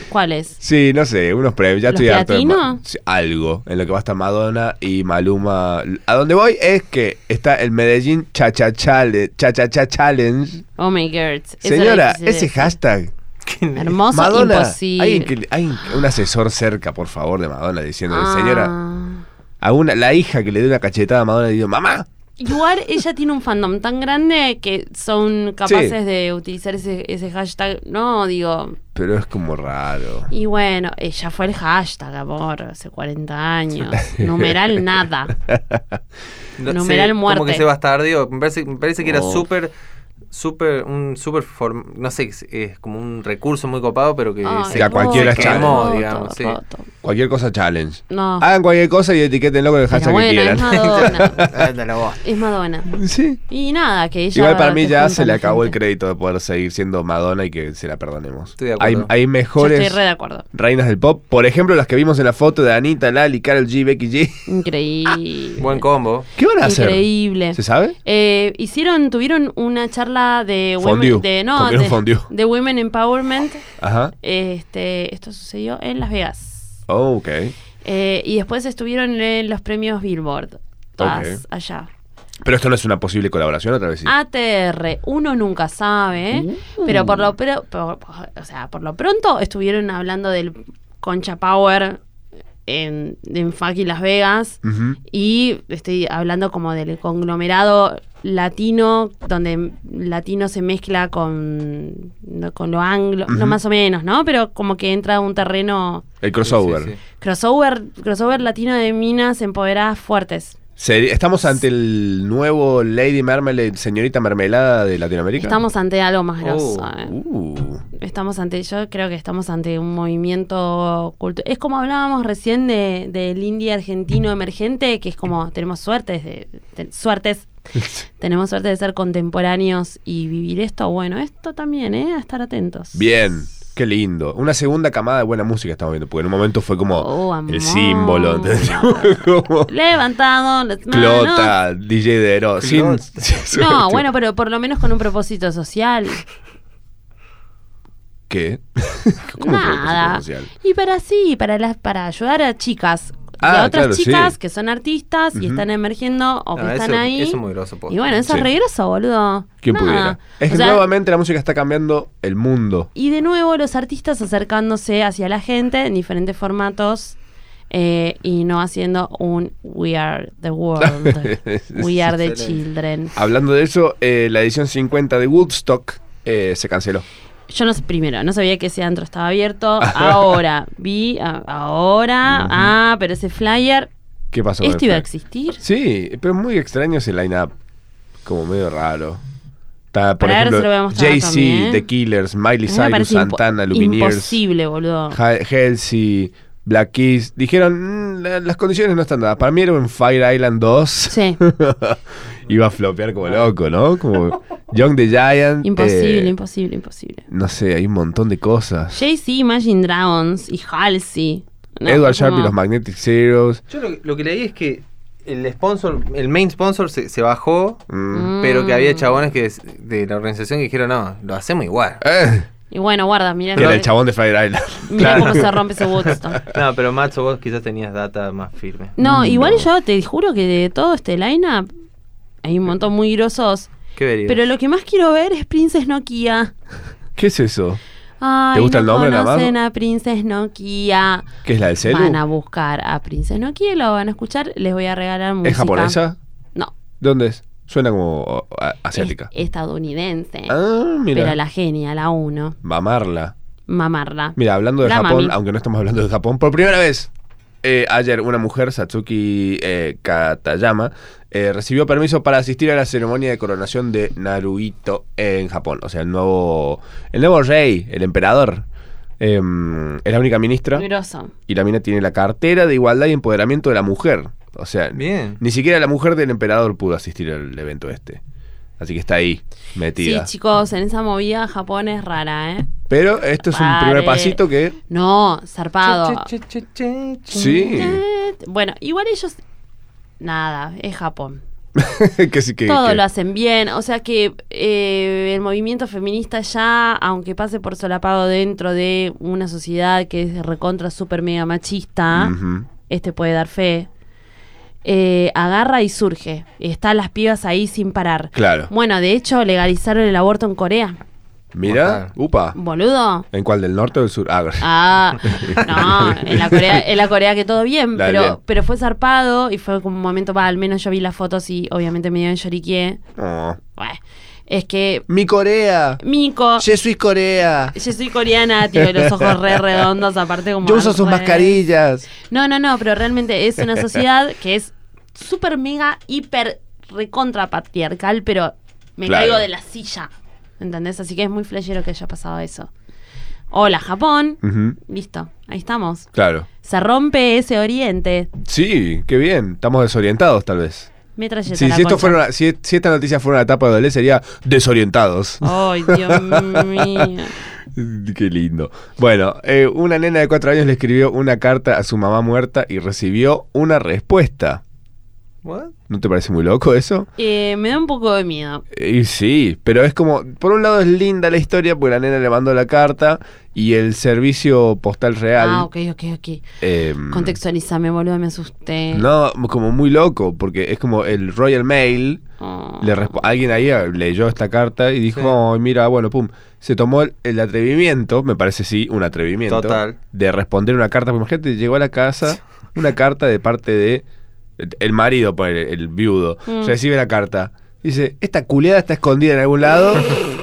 [SPEAKER 3] ¿Cuál es?
[SPEAKER 2] sí, no sé, unos premios. Ya
[SPEAKER 3] ¿Los
[SPEAKER 2] estoy harto de Ma-
[SPEAKER 3] platino?
[SPEAKER 2] sí, algo en lo que va a estar Madonna y Maluma. A donde voy es que está el Medellín Cha Cha Challenge. Cha Cha Cha Challenge.
[SPEAKER 3] Oh my god. Eso lo
[SPEAKER 2] Señora,
[SPEAKER 3] quise
[SPEAKER 2] ese
[SPEAKER 3] decir.
[SPEAKER 2] hashtag.
[SPEAKER 3] Hermoso,
[SPEAKER 2] Madonna,
[SPEAKER 3] imposible.
[SPEAKER 2] hay, un asesor cerca, por favor, de Madonna diciéndole,
[SPEAKER 3] Ah.
[SPEAKER 2] señora, a una, la hija que le dio una cachetada a Madonna y dijo, mamá.
[SPEAKER 3] Igual ella tiene un fandom tan grande que son capaces
[SPEAKER 2] Sí.
[SPEAKER 3] de utilizar ese, ese hashtag. No, digo.
[SPEAKER 2] Pero es como raro.
[SPEAKER 3] Y bueno, ella fue el hashtag, amor, hace 40 años. Numeral nada.
[SPEAKER 4] No
[SPEAKER 3] Numeral
[SPEAKER 4] sé,
[SPEAKER 3] muerte.
[SPEAKER 4] Como que se bastardeó. Me parece, me parece que era súper super, un super, form- no sé, es, es como un recurso muy copado, pero que
[SPEAKER 3] Ay,
[SPEAKER 4] se
[SPEAKER 2] Que a cualquiera
[SPEAKER 3] roto,
[SPEAKER 2] chamo,
[SPEAKER 3] roto,
[SPEAKER 4] digamos, sí.
[SPEAKER 3] roto.
[SPEAKER 2] Cualquier cosa challenge.
[SPEAKER 3] No.
[SPEAKER 2] Hagan cualquier cosa y etiquétenlo con el
[SPEAKER 3] Pero
[SPEAKER 2] hashtag
[SPEAKER 3] bueno,
[SPEAKER 2] Ah, que
[SPEAKER 3] es
[SPEAKER 2] quieran.
[SPEAKER 3] Madonna.
[SPEAKER 4] Anda la voz.
[SPEAKER 3] es Madonna.
[SPEAKER 2] sí.
[SPEAKER 3] Y nada, que ella.
[SPEAKER 2] Igual para mí
[SPEAKER 3] te
[SPEAKER 2] ya
[SPEAKER 3] junta
[SPEAKER 2] se le
[SPEAKER 3] a
[SPEAKER 2] acabó el
[SPEAKER 3] gente.
[SPEAKER 2] crédito de poder seguir siendo Madonna y que se la perdonemos.
[SPEAKER 4] Estoy de
[SPEAKER 2] hay,
[SPEAKER 4] acuerdo.
[SPEAKER 2] hay
[SPEAKER 3] Yo estoy
[SPEAKER 2] mejores
[SPEAKER 3] re de acuerdo.
[SPEAKER 2] reinas del pop. Por ejemplo, las que vimos en la foto de Anita, Lali, Carol G, Becky G.
[SPEAKER 3] Increíble.
[SPEAKER 4] Buen combo.
[SPEAKER 2] ¿Qué van a hacer?
[SPEAKER 3] Increíble.
[SPEAKER 2] ¿Se sabe?
[SPEAKER 3] Eh, hicieron, tuvieron una charla de
[SPEAKER 2] Fondue.
[SPEAKER 3] women, de, no,
[SPEAKER 2] Comieron
[SPEAKER 3] de-
[SPEAKER 2] fondue.
[SPEAKER 3] de women empowerment.
[SPEAKER 2] Ajá.
[SPEAKER 3] Este, esto sucedió en Las Vegas.
[SPEAKER 2] Oh, ok.
[SPEAKER 3] Eh, y después estuvieron en los premios Billboard. Todas
[SPEAKER 2] Ok.
[SPEAKER 3] allá.
[SPEAKER 2] Pero esto no es una posible colaboración otra vez. sí.
[SPEAKER 3] Ah. ATR, uno nunca sabe, ¿eh? pero por lo pero, por- por- o sea, por lo pronto estuvieron hablando del Concha Power en, en Faki Las Vegas
[SPEAKER 2] Ujú.
[SPEAKER 3] y estoy hablando como del conglomerado latino donde latino se mezcla con con lo anglo, no más o menos, ¿no? Pero como que entra a un terreno
[SPEAKER 2] El crossover.
[SPEAKER 4] Sí, sí, sí.
[SPEAKER 3] crossover crossover latino de minas empoderadas fuertes.
[SPEAKER 2] Seri- Estamos ante el nuevo Lady Marmalade, señorita mermelada de Latinoamérica.
[SPEAKER 3] Estamos ante algo más grosso.
[SPEAKER 4] Oh,
[SPEAKER 3] ¿eh?
[SPEAKER 2] Uh,
[SPEAKER 3] estamos ante, yo creo que estamos ante un movimiento cultural. Es como hablábamos recién de, del indie argentino emergente, que es como tenemos suertes de, te- suertes. tenemos suerte de ser contemporáneos y vivir esto. Bueno, esto también, ¿eh? A estar atentos.
[SPEAKER 2] bien, qué lindo. Una segunda camada de buena música estamos viendo, porque en un momento fue como
[SPEAKER 3] Oh, amor.
[SPEAKER 2] el símbolo. ¿entendés? Como
[SPEAKER 3] Levantado las manos.
[SPEAKER 2] Clota, DJ Dero. Sin,
[SPEAKER 3] No, bueno, pero por lo menos con un propósito social.
[SPEAKER 2] ¿Qué? ¿Cómo fue el
[SPEAKER 3] Nada.
[SPEAKER 2] propósito social?
[SPEAKER 3] Y para sí, para las, para ayudar a chicas y
[SPEAKER 2] Ah,
[SPEAKER 3] a otras
[SPEAKER 2] claro, sí.
[SPEAKER 3] chicas que son artistas y
[SPEAKER 2] Ujú.
[SPEAKER 3] están emergiendo o que
[SPEAKER 4] No,
[SPEAKER 3] están
[SPEAKER 4] eso-
[SPEAKER 3] ahí.
[SPEAKER 4] eso es muy groso, posta.
[SPEAKER 3] y bueno, eso
[SPEAKER 2] Sí.
[SPEAKER 3] es regreso, boludo.
[SPEAKER 2] ¿Quién
[SPEAKER 3] Nada.
[SPEAKER 2] pudiera? Es
[SPEAKER 3] O
[SPEAKER 2] que
[SPEAKER 3] sea,
[SPEAKER 2] nuevamente la música está cambiando el mundo.
[SPEAKER 3] Y de nuevo los artistas acercándose hacia la gente en diferentes formatos eh, y no haciendo un We Are the World, We Are the Children.
[SPEAKER 2] Hablando de eso, eh, la edición 50 de Woodstock eh, se canceló.
[SPEAKER 3] Yo no sé, primero, no sabía que ese antro estaba abierto. Ahora, vi, a- ahora, ah, pero ese flyer,
[SPEAKER 2] ¿Qué pasó? con
[SPEAKER 3] ¿esto
[SPEAKER 2] el
[SPEAKER 3] iba a
[SPEAKER 2] flag?
[SPEAKER 3] existir?
[SPEAKER 2] Sí, pero es muy extraño ese line-up. Como medio raro. Está, por
[SPEAKER 3] Para ver si lo voy a
[SPEAKER 2] ejemplo,
[SPEAKER 3] mostrar también. ¿eh?
[SPEAKER 2] Jay-Z, The Killers, Miley
[SPEAKER 3] A mí me
[SPEAKER 2] Cyrus,
[SPEAKER 3] parece impo-
[SPEAKER 2] Santana, Lumineers,
[SPEAKER 3] Imposible, boludo.
[SPEAKER 2] Ha- Halsey, Black Keys. Dijeron, "Mm, la- las condiciones no están dadas. Para mí era un Fire Island 2.
[SPEAKER 3] Sí,
[SPEAKER 2] Iba a flopear como loco, ¿no? Como Young the Giant.
[SPEAKER 3] imposible,
[SPEAKER 2] eh,
[SPEAKER 3] imposible, imposible.
[SPEAKER 2] No sé, hay un montón de cosas.
[SPEAKER 3] Jay-Z, Imagine Dragons y Halsey. No,
[SPEAKER 2] Edward
[SPEAKER 3] fue
[SPEAKER 2] Sharp
[SPEAKER 3] como-
[SPEAKER 2] y los Magnetic Zeros.
[SPEAKER 4] Yo lo, lo que leí es que el sponsor, el main sponsor se, se bajó,
[SPEAKER 2] Mm.
[SPEAKER 4] pero que había chabones que es- de la organización que dijeron, no, lo hacemos igual.
[SPEAKER 2] Eh,
[SPEAKER 3] Y bueno, guarda, mira,
[SPEAKER 2] que era el chabón de Fire Island.
[SPEAKER 3] mira cómo se rompe ese Woodstock.
[SPEAKER 4] No, pero Macho, vos quizás tenías data más firme.
[SPEAKER 3] No, igual yo te juro que de todo este lineup hay un montón muy grosos.
[SPEAKER 4] ¿Qué verías?
[SPEAKER 3] Pero lo que más quiero ver es Princess Nokia.
[SPEAKER 2] ¿Qué es eso?
[SPEAKER 3] Ay,
[SPEAKER 2] ¿Te gusta
[SPEAKER 3] no
[SPEAKER 2] el nombre, la
[SPEAKER 3] conocen
[SPEAKER 2] mano?
[SPEAKER 3] a Princess Nokia.
[SPEAKER 2] ¿Qué es la del celu?
[SPEAKER 3] Van a buscar a Princess Nokia, lo van a escuchar, les voy a regalar música.
[SPEAKER 2] ¿Es japonesa?
[SPEAKER 3] No,
[SPEAKER 2] ¿Dónde es? Suena como o, a- asiática.
[SPEAKER 3] es estadounidense.
[SPEAKER 2] ah, mira.
[SPEAKER 3] Pero la genia, la uno,
[SPEAKER 2] Mamarla.
[SPEAKER 3] mamarla.
[SPEAKER 2] Mira, hablando de
[SPEAKER 3] La
[SPEAKER 2] Japón,
[SPEAKER 3] mami.
[SPEAKER 2] aunque no estamos hablando de Japón, por primera vez eh, ayer una mujer, Satsuki eh, Katayama, eh, recibió permiso para asistir a la ceremonia de coronación de Naruhito en Japón. O sea, el nuevo, el nuevo rey, el emperador. Em, es la única ministra
[SPEAKER 3] Grosso.
[SPEAKER 2] y la mina tiene la cartera de igualdad y empoderamiento de la mujer. O sea,
[SPEAKER 4] Bien.
[SPEAKER 2] ni siquiera la mujer del emperador pudo asistir al evento este. Así que está ahí, metida.
[SPEAKER 3] Sí, chicos, en esa movida Japón es rara, ¿eh?
[SPEAKER 2] Pero esto es un
[SPEAKER 3] Pare.
[SPEAKER 2] primer pasito que...
[SPEAKER 3] No, zarpado.
[SPEAKER 4] Che, che, che, che, che.
[SPEAKER 2] Sí.
[SPEAKER 3] Eh, Bueno, igual ellos. Nada, es Japón.
[SPEAKER 2] que sí que...
[SPEAKER 3] Todo
[SPEAKER 2] que-
[SPEAKER 3] lo hacen bien. O sea que eh, el movimiento feminista ya, aunque pase por solapado dentro de una sociedad que es recontra super mega machista,
[SPEAKER 2] Ujú.
[SPEAKER 3] este puede dar fe. eh, agarra y surge. Están las pibas ahí sin parar.
[SPEAKER 2] Claro.
[SPEAKER 3] Bueno, de hecho, legalizaron el aborto en Corea.
[SPEAKER 2] Mira,
[SPEAKER 4] Mortal.
[SPEAKER 2] upa.
[SPEAKER 3] Boludo.
[SPEAKER 2] ¿En cuál? ¿Del norte o del sur? Ah,
[SPEAKER 3] Ah, no, en la Corea, en la Corea que todo bien,
[SPEAKER 2] La del bien.
[SPEAKER 3] pero, pero fue zarpado y fue como un momento, va, al menos yo vi las fotos y obviamente me dio en lloriqué.
[SPEAKER 2] no.
[SPEAKER 3] Bueh, es que
[SPEAKER 2] Mi Corea.
[SPEAKER 3] Mico,
[SPEAKER 2] Yo soy Corea.
[SPEAKER 3] yo soy coreana, tío, y los ojos re redondos, aparte como...
[SPEAKER 2] Yo uso sus
[SPEAKER 3] re-
[SPEAKER 2] mascarillas.
[SPEAKER 3] No, no, no, pero realmente es una sociedad que es súper mega, hiper, recontra patriarcal, pero me
[SPEAKER 2] Claro.
[SPEAKER 3] caigo de la silla. ¿Entendés? Así que es muy flashero que haya pasado eso. Hola, Japón.
[SPEAKER 2] Ujú,
[SPEAKER 3] Listo, ahí estamos.
[SPEAKER 2] Claro.
[SPEAKER 3] Se rompe ese oriente.
[SPEAKER 2] Sí, qué bien. Estamos desorientados, tal vez.
[SPEAKER 3] Metralleta
[SPEAKER 2] Sí,
[SPEAKER 3] la
[SPEAKER 2] si, esto
[SPEAKER 3] concha.
[SPEAKER 2] fuera una- si, si esta noticia fuera una etapa de doble sería desorientados.
[SPEAKER 3] Ay, Dios mío.
[SPEAKER 2] Qué lindo. Bueno, eh, una nena de cuatro años le escribió una carta a su mamá muerta y recibió una respuesta.
[SPEAKER 4] What?
[SPEAKER 2] ¿No te parece muy loco eso? Eh,
[SPEAKER 3] Eh, me da un poco de miedo.
[SPEAKER 2] Y sí, pero es como, por un lado es linda la historia porque la nena le mandó la carta y el servicio postal real...
[SPEAKER 3] Ah, ok, ok, ok.
[SPEAKER 2] em,
[SPEAKER 3] Contextualizame, boludo, me asusté.
[SPEAKER 2] No, como muy loco, porque es como el Royal Mail,
[SPEAKER 3] Oh.
[SPEAKER 2] le resp- alguien ahí ah, leyó esta carta y dijo,
[SPEAKER 4] Sí.
[SPEAKER 2] "Ay, mira, bueno, pum, se tomó el, el atrevimiento, me parece sí, un atrevimiento,
[SPEAKER 4] Total.
[SPEAKER 2] de responder una carta, porque imagínate, llegó a la casa una carta de parte de el- el marido, ponele, el, viudo,
[SPEAKER 3] Mm.
[SPEAKER 2] recibe la carta, dice, esta culeada está escondida en algún lado,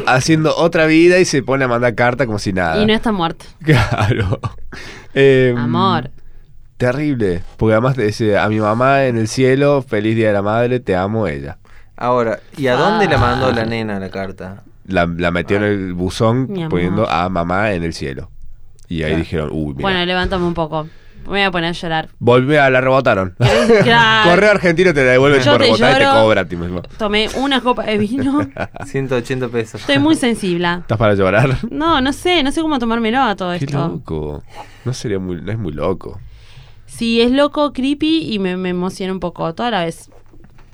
[SPEAKER 2] haciendo otra vida y se pone a mandar carta como si nada.
[SPEAKER 3] Y no está muerto.
[SPEAKER 2] Claro. Em,
[SPEAKER 3] Amor.
[SPEAKER 2] Terrible, porque además te dice a mi mamá en el cielo, feliz día de la madre, te amo ella.
[SPEAKER 4] Ahora, ¿y a dónde la mandó
[SPEAKER 3] Ah.
[SPEAKER 4] la nena la carta?
[SPEAKER 2] La, la metió en el
[SPEAKER 3] Mi
[SPEAKER 2] buzón
[SPEAKER 3] amor.
[SPEAKER 2] poniendo a mamá en el cielo. Y ahí
[SPEAKER 4] Claro.
[SPEAKER 2] dijeron, uy, mira.
[SPEAKER 3] Bueno, levántame un poco. Me voy a poner a llorar.
[SPEAKER 2] Volvé a la rebotaron.
[SPEAKER 3] Claro.
[SPEAKER 2] Correo argentino te la devuelven
[SPEAKER 3] Yo
[SPEAKER 2] por
[SPEAKER 3] te
[SPEAKER 2] rebotar y te
[SPEAKER 3] lloro.
[SPEAKER 2] cobra. tipo, ¿no?
[SPEAKER 3] Tomé una copa de vino.
[SPEAKER 4] 180 pesos.
[SPEAKER 3] Estoy muy sensible.
[SPEAKER 2] ¿Estás para llorar?
[SPEAKER 3] No, no sé, no sé cómo tomármelo a todo
[SPEAKER 2] Qué
[SPEAKER 3] esto.
[SPEAKER 2] loco. No sería muy, no es muy loco.
[SPEAKER 3] Sí, es loco, creepy y me, me emociona un poco toda la vez.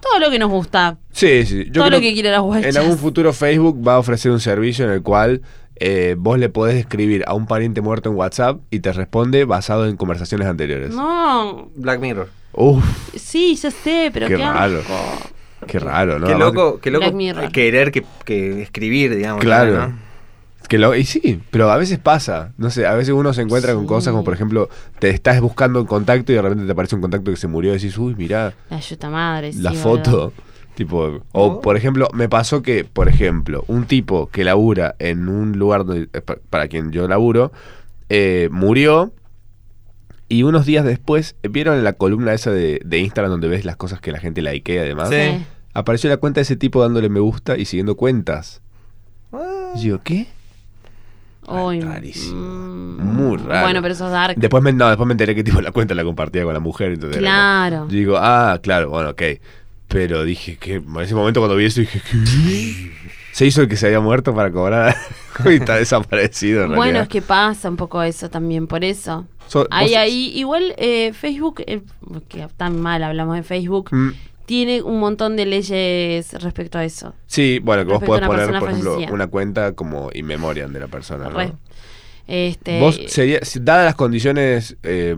[SPEAKER 3] Todo lo que nos gusta.
[SPEAKER 2] Sí, sí. Yo
[SPEAKER 3] todo
[SPEAKER 2] creo
[SPEAKER 3] lo que quieren las guachas.
[SPEAKER 2] En algún futuro Facebook va a ofrecer un servicio en el cual eh, vos le podés escribir a un pariente muerto en WhatsApp y te responde basado en conversaciones anteriores.
[SPEAKER 3] No,
[SPEAKER 4] Black Mirror.
[SPEAKER 2] Uf,
[SPEAKER 3] sí, ya sé, pero
[SPEAKER 2] qué
[SPEAKER 3] qué
[SPEAKER 2] raro. Qué raro, ¿no?
[SPEAKER 4] qué
[SPEAKER 2] Además,
[SPEAKER 4] loco, qué
[SPEAKER 3] Black
[SPEAKER 4] loco
[SPEAKER 3] Mirror.
[SPEAKER 4] querer que, que escribir, digamos.
[SPEAKER 2] Claro.
[SPEAKER 4] ¿no?
[SPEAKER 2] Que lo, y sí, pero a veces pasa. No sé, a veces uno se encuentra con
[SPEAKER 3] Sí.
[SPEAKER 2] cosas como, por ejemplo, te estás buscando un contacto y de repente te aparece un contacto que se murió y decís, uy, mirá,
[SPEAKER 3] La yuta madre. sí,
[SPEAKER 2] la
[SPEAKER 3] boludo.
[SPEAKER 2] foto. Tipo, o
[SPEAKER 4] Oh.
[SPEAKER 2] por ejemplo, me pasó que, por ejemplo, un tipo que labura en un lugar donde- eh, pa- para quien yo laburo, eh, murió y unos días después, ¿vieron la columna esa de, de Instagram donde ves las cosas que la gente likea y demás?
[SPEAKER 4] Sí.
[SPEAKER 3] Sí.
[SPEAKER 2] Apareció la cuenta de ese tipo dándole me gusta y siguiendo cuentas.
[SPEAKER 4] Ah,
[SPEAKER 2] Y yo, ¿qué?
[SPEAKER 3] Uy,
[SPEAKER 2] Ah, Rarísimo.
[SPEAKER 3] mm,
[SPEAKER 2] Muy raro.
[SPEAKER 3] Bueno, pero eso es dark.
[SPEAKER 2] Después me, no, después me enteré que tipo la cuenta la compartía con la mujer. Entonces era
[SPEAKER 3] Claro.
[SPEAKER 2] como- digo, ah, claro, bueno, ok. Pero dije que en ese momento cuando vi eso dije, ¿qué? Se hizo el que se había muerto para cobrar y está desaparecido. En
[SPEAKER 3] Bueno,
[SPEAKER 2] realidad.
[SPEAKER 3] es que pasa un poco eso también, por eso.
[SPEAKER 2] So-
[SPEAKER 3] Ahí,
[SPEAKER 2] vos-
[SPEAKER 3] ahí, igual eh, Facebook, eh, que tan mal hablamos de Facebook,
[SPEAKER 2] Mm,
[SPEAKER 3] tiene un montón de leyes respecto a eso.
[SPEAKER 2] sí, bueno, que vos
[SPEAKER 3] Respecto
[SPEAKER 2] podés
[SPEAKER 3] a
[SPEAKER 2] poner,
[SPEAKER 3] una persona
[SPEAKER 2] por ejemplo,
[SPEAKER 3] fallecida.
[SPEAKER 2] una cuenta como in memoriam de la persona. ¿no?
[SPEAKER 3] Re. Este,
[SPEAKER 2] Vos sería, si- dadas las condiciones eh,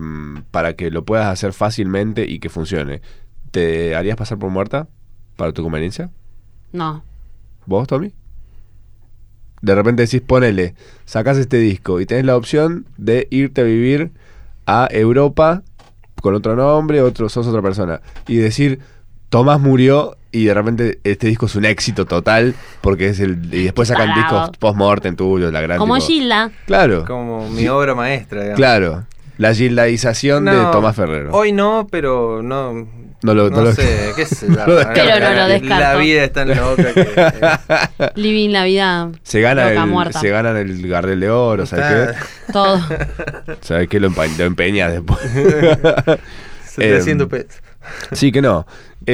[SPEAKER 2] para que lo puedas hacer fácilmente y que funcione, ¿te harías pasar por muerta para tu conveniencia?
[SPEAKER 3] no,
[SPEAKER 2] ¿Vos, Tommy? De repente decís, ponele, sacás este disco y tenés la opción de irte a vivir a Europa con otro nombre, otro, sos otra persona. Y decir, Tomás murió y de repente este disco es un éxito total porque es el... Y después sacan
[SPEAKER 3] Disparado.
[SPEAKER 2] discos post-mortem tuyos, la gran...
[SPEAKER 3] como
[SPEAKER 2] Ah, tipo-
[SPEAKER 3] Gilda.
[SPEAKER 2] Claro,
[SPEAKER 4] Como mi obra maestra, digamos.
[SPEAKER 2] claro. La gildaización de
[SPEAKER 4] No,
[SPEAKER 2] Tomás Ferrero.
[SPEAKER 4] Hoy no, pero no.
[SPEAKER 2] No lo- no lo-
[SPEAKER 4] sé, qué sé.
[SPEAKER 2] no lo descarto.
[SPEAKER 3] Pero no lo
[SPEAKER 4] La
[SPEAKER 3] descarto.
[SPEAKER 4] vida es tan loca que.
[SPEAKER 3] Living la vida.
[SPEAKER 2] se, gana
[SPEAKER 3] loca,
[SPEAKER 2] el,
[SPEAKER 3] muerta.
[SPEAKER 2] se ganan el Gardel de Oro,
[SPEAKER 4] Ah,
[SPEAKER 2] ¿sabes qué?
[SPEAKER 3] Todo.
[SPEAKER 2] ¿Sabes qué? Lo, empa- lo empeñas después.
[SPEAKER 4] 700
[SPEAKER 2] Em,
[SPEAKER 4] pesos.
[SPEAKER 2] Sí que no.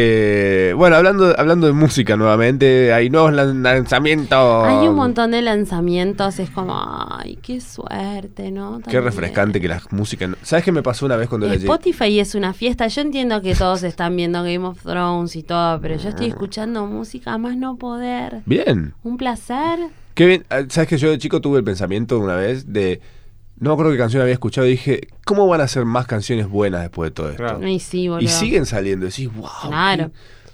[SPEAKER 2] Eh, bueno, hablando, hablando de música nuevamente, hay nuevos lan- lanzamientos.
[SPEAKER 3] Hay un montón de lanzamientos, es como, ay, qué suerte, ¿no?
[SPEAKER 2] Qué
[SPEAKER 3] También.
[SPEAKER 2] refrescante que la música... no- ¿Sabes qué me pasó una vez cuando la llegué?
[SPEAKER 3] Spotify es una fiesta. Yo entiendo que todos están viendo Game of Thrones y todo, pero yo estoy
[SPEAKER 2] Ah.
[SPEAKER 3] escuchando música a más no poder.
[SPEAKER 2] Bien.
[SPEAKER 3] Un placer.
[SPEAKER 2] Qué bien. Ah, ¿Sabes que yo de chico tuve el pensamiento una vez de... No me acuerdo qué canción había escuchado y dije, ¿cómo van a ser más canciones buenas después de todo esto?
[SPEAKER 4] Claro.
[SPEAKER 3] Y sí, boludo.
[SPEAKER 2] Y siguen saliendo. Decís, wow.
[SPEAKER 3] Claro.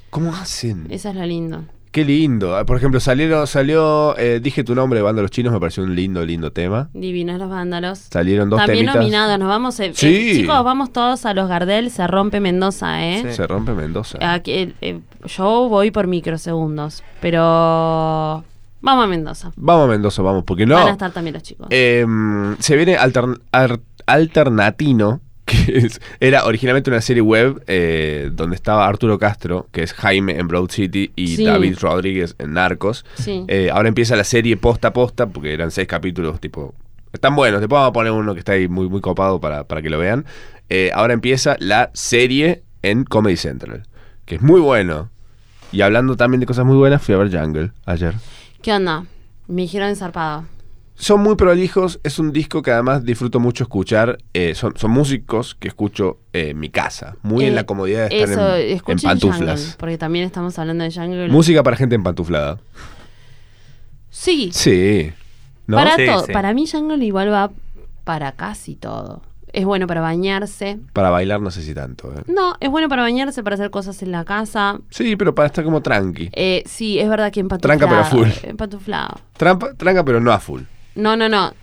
[SPEAKER 2] ¿Cómo hacen?
[SPEAKER 3] Eso es lo lindo.
[SPEAKER 2] Qué lindo. Ah, Por ejemplo, salieron, salió... eh, dije tu nombre de Banda Los Chinos, me pareció un lindo, lindo tema.
[SPEAKER 3] Divinos los vándalos.
[SPEAKER 2] Salieron dos
[SPEAKER 3] También
[SPEAKER 2] temitas.
[SPEAKER 3] nominados, nos vamos. eh, eh,
[SPEAKER 2] Sí.
[SPEAKER 3] chicos, vamos todos a los Gardel, se rompe Mendoza, ¿eh?
[SPEAKER 4] Sí.
[SPEAKER 2] Se rompe Mendoza.
[SPEAKER 3] Aquí, eh, eh, yo voy por microsegundos, pero vamos a Mendoza.
[SPEAKER 2] Vamos a Mendoza, vamos, porque no. Eh,
[SPEAKER 3] Van a estar también los chicos.
[SPEAKER 2] Em, se viene altern- ar- alternatino, que que es- era originalmente una serie web eh, donde estaba Arturo Castro, que es Jaime en Broad City, y
[SPEAKER 3] Sí.
[SPEAKER 2] David Rodríguez en Narcos.
[SPEAKER 3] Sí.
[SPEAKER 2] Eh, ahora empieza la serie posta a posta, porque eran seis capítulos, tipo. Están buenos, te vamos a poner uno que está ahí muy, muy copado para, para que lo vean. Eh, ahora empieza la serie en Comedy Central, que es muy bueno. Y hablando también de cosas muy buenas, fui a ver Jungle ayer.
[SPEAKER 3] ¿Qué onda? Me dijeron zarpado.
[SPEAKER 2] Son muy prolijos, es un disco que además disfruto mucho escuchar. eh, son, son músicos que escucho eh, en mi casa, muy
[SPEAKER 3] Eh,
[SPEAKER 2] en la comodidad de
[SPEAKER 3] Eso,
[SPEAKER 2] estar en- en,
[SPEAKER 3] escuchen
[SPEAKER 2] pantuflas.
[SPEAKER 3] Jungle, porque también estamos hablando de Jungle.
[SPEAKER 2] Música para gente empantuflada.
[SPEAKER 3] sí,
[SPEAKER 2] Sí. ¿No?
[SPEAKER 3] para
[SPEAKER 4] Sí,
[SPEAKER 3] todo.
[SPEAKER 4] sí.
[SPEAKER 3] Para mí Jungle igual va para casi todo. Es bueno para bañarse.
[SPEAKER 2] Para bailar no sé si tanto. eh.
[SPEAKER 3] No, es bueno para bañarse, para hacer cosas en la casa.
[SPEAKER 2] Sí, pero para estar como tranqui.
[SPEAKER 3] Eh, sí, es verdad que empantuflado.
[SPEAKER 2] Tranca, pero full.
[SPEAKER 3] Empantuflado.
[SPEAKER 2] Trampa, tranca, pero no a full.
[SPEAKER 3] No, no, no.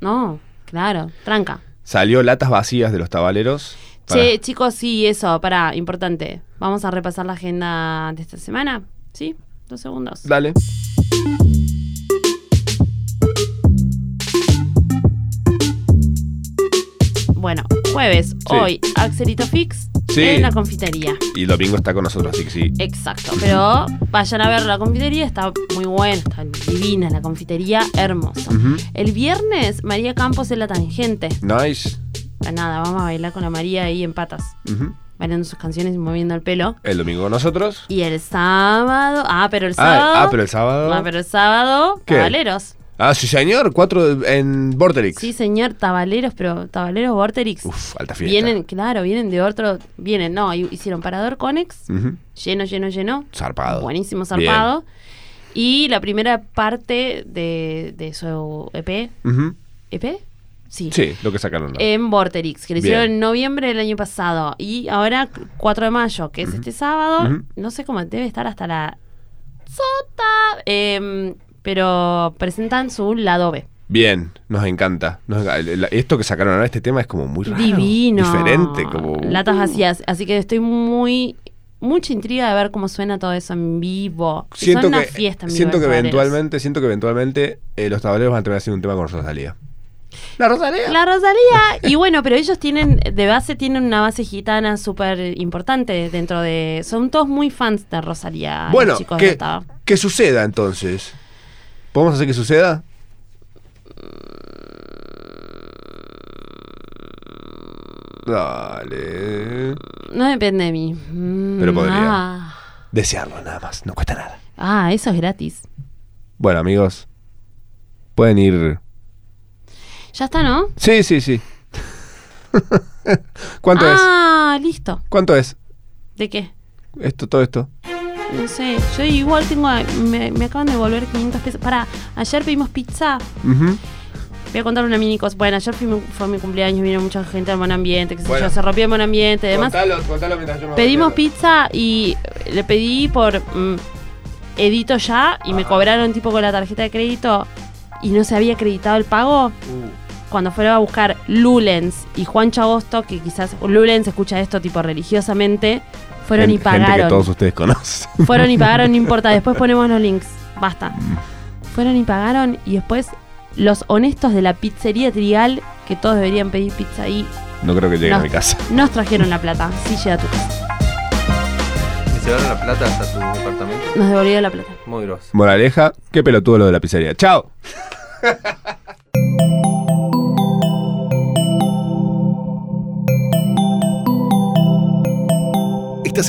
[SPEAKER 3] No, claro, tranca.
[SPEAKER 2] Salió latas vacías de los tabaleros. para-
[SPEAKER 3] Che, chicos, sí, eso, pará, importante. Vamos a repasar la agenda de esta semana. ¿Sí? Dos segundos.
[SPEAKER 2] Dale.
[SPEAKER 3] Bueno, jueves,
[SPEAKER 2] Sí.
[SPEAKER 3] hoy, Axelito Fix
[SPEAKER 2] Sí.
[SPEAKER 3] en la confitería.
[SPEAKER 2] Y domingo está con nosotros, así que sí.
[SPEAKER 3] Exacto, pero vayan a ver la confitería, está muy buena, está divina la confitería, hermosa.
[SPEAKER 2] Ujú.
[SPEAKER 3] El viernes, María Campos en la tangente.
[SPEAKER 2] Nice.
[SPEAKER 3] Ah, Nada, vamos a bailar con la María ahí en patas,
[SPEAKER 2] Ujú.
[SPEAKER 3] bailando sus canciones y moviendo el pelo.
[SPEAKER 2] El domingo con nosotros.
[SPEAKER 3] Y el sábado, ah, pero el sábado.
[SPEAKER 2] Ah, ah, pero el sábado.
[SPEAKER 3] Ah, pero el sábado,
[SPEAKER 2] ¿Qué?
[SPEAKER 3] Tabaleros.
[SPEAKER 2] Ah, sí, señor. Cuatro de- en Vorterix.
[SPEAKER 3] Sí, señor, Tabaleros, pero Tabaleros Vorterix.
[SPEAKER 2] Uf, alta fiesta.
[SPEAKER 3] vienen, claro, vienen de otro, vienen, no, hi- hicieron Parador Conex,
[SPEAKER 2] Ujú.
[SPEAKER 3] lleno, lleno, lleno.
[SPEAKER 2] Zarpado.
[SPEAKER 3] Buenísimo,
[SPEAKER 2] Bien.
[SPEAKER 3] zarpado. Y la primera parte de, de su E EP,
[SPEAKER 2] Ujú.
[SPEAKER 3] ¿EP? Sí. Eh,
[SPEAKER 2] Sí, lo que sacaron. ¿no?
[SPEAKER 3] En Vorterix, que lo
[SPEAKER 2] Bien.
[SPEAKER 3] hicieron en noviembre del año pasado. Y ahora, 4 de mayo, que es este sábado,
[SPEAKER 2] Ujú.
[SPEAKER 3] no sé cómo debe estar hasta la sota, em, pero presentan su lado B.
[SPEAKER 2] Bien, nos encanta. Nos enca- el- el- Esto que sacaron ahora, este tema es como muy raro.
[SPEAKER 3] Divino.
[SPEAKER 2] Diferente, como. uh.
[SPEAKER 3] Latas vacías. Así que estoy muy. Mucha intriga de ver cómo suena todo eso en vivo.
[SPEAKER 2] Siento
[SPEAKER 3] Son una
[SPEAKER 2] que,
[SPEAKER 3] fiesta en vivo
[SPEAKER 2] siento
[SPEAKER 3] en
[SPEAKER 2] que
[SPEAKER 3] Tabaleros.
[SPEAKER 2] eventualmente, siento que eventualmente eh, los tableros van a terminar haciendo un tema con Rosalía. ¿La Rosalía?
[SPEAKER 3] La Rosalía. Y bueno, pero ellos tienen, de base, tienen una base gitana súper importante dentro de. Son todos muy fans de Rosalía. los
[SPEAKER 2] bueno,
[SPEAKER 3] chicos de
[SPEAKER 2] que,
[SPEAKER 3] Taba.
[SPEAKER 2] que suceda entonces. ¿Podemos hacer que suceda? Dale.
[SPEAKER 3] No depende de mí. Mm,
[SPEAKER 2] Pero podría.
[SPEAKER 3] Ah,
[SPEAKER 2] Desearlo nada más, no cuesta nada.
[SPEAKER 3] Ah, eso es gratis.
[SPEAKER 2] Bueno, amigos, pueden ir.
[SPEAKER 3] Ya está, ¿no?
[SPEAKER 2] Sí, sí, sí. ¿Cuánto es?
[SPEAKER 3] ah, listo.
[SPEAKER 2] ¿Cuánto es?
[SPEAKER 3] ¿De qué?
[SPEAKER 2] Esto, todo esto.
[SPEAKER 3] No sé. Yo igual tengo. Me, me acaban de devolver 500 pesos. Para, ayer pedimos pizza.
[SPEAKER 2] Ujú.
[SPEAKER 3] Voy a contar una mini cosa. Bueno, ayer fui mi- fue mi cumpleaños, vino mucha gente al buen ambiente, que
[SPEAKER 2] Bueno.
[SPEAKER 3] se rompió el buen ambiente, además.
[SPEAKER 2] Contalo, contalo mientras yo me voy
[SPEAKER 3] Pedimos
[SPEAKER 2] metiendo.
[SPEAKER 3] pizza y le pedí por mm, edito ya y me cobraron tipo con la tarjeta de crédito y no se había acreditado el pago.
[SPEAKER 2] Uh.
[SPEAKER 3] Cuando fueron a buscar Lulens y Juancho Agosto, que quizás Lulens escucha esto tipo religiosamente, fueron
[SPEAKER 2] Gen-
[SPEAKER 3] y
[SPEAKER 2] Gente que todos
[SPEAKER 3] pagaron.
[SPEAKER 2] ustedes conocen.
[SPEAKER 3] Fueron y pagaron, no importa, después ponemos los links, basta.
[SPEAKER 2] Mm.
[SPEAKER 3] Fueron y pagaron y después los honestos de la pizzería Trial, que todos deberían pedir pizza ahí,
[SPEAKER 2] No creo que lleguen
[SPEAKER 3] No.
[SPEAKER 2] a mi casa.
[SPEAKER 3] nos trajeron la plata. Sí, llega tú.
[SPEAKER 4] Me llevaron la plata hasta tu departamento.
[SPEAKER 3] Nos devolvieron la plata.
[SPEAKER 4] Muy grosso.
[SPEAKER 2] Moraleja, qué pelotudo lo de la pizzería. ¡Chao!
[SPEAKER 1] Estás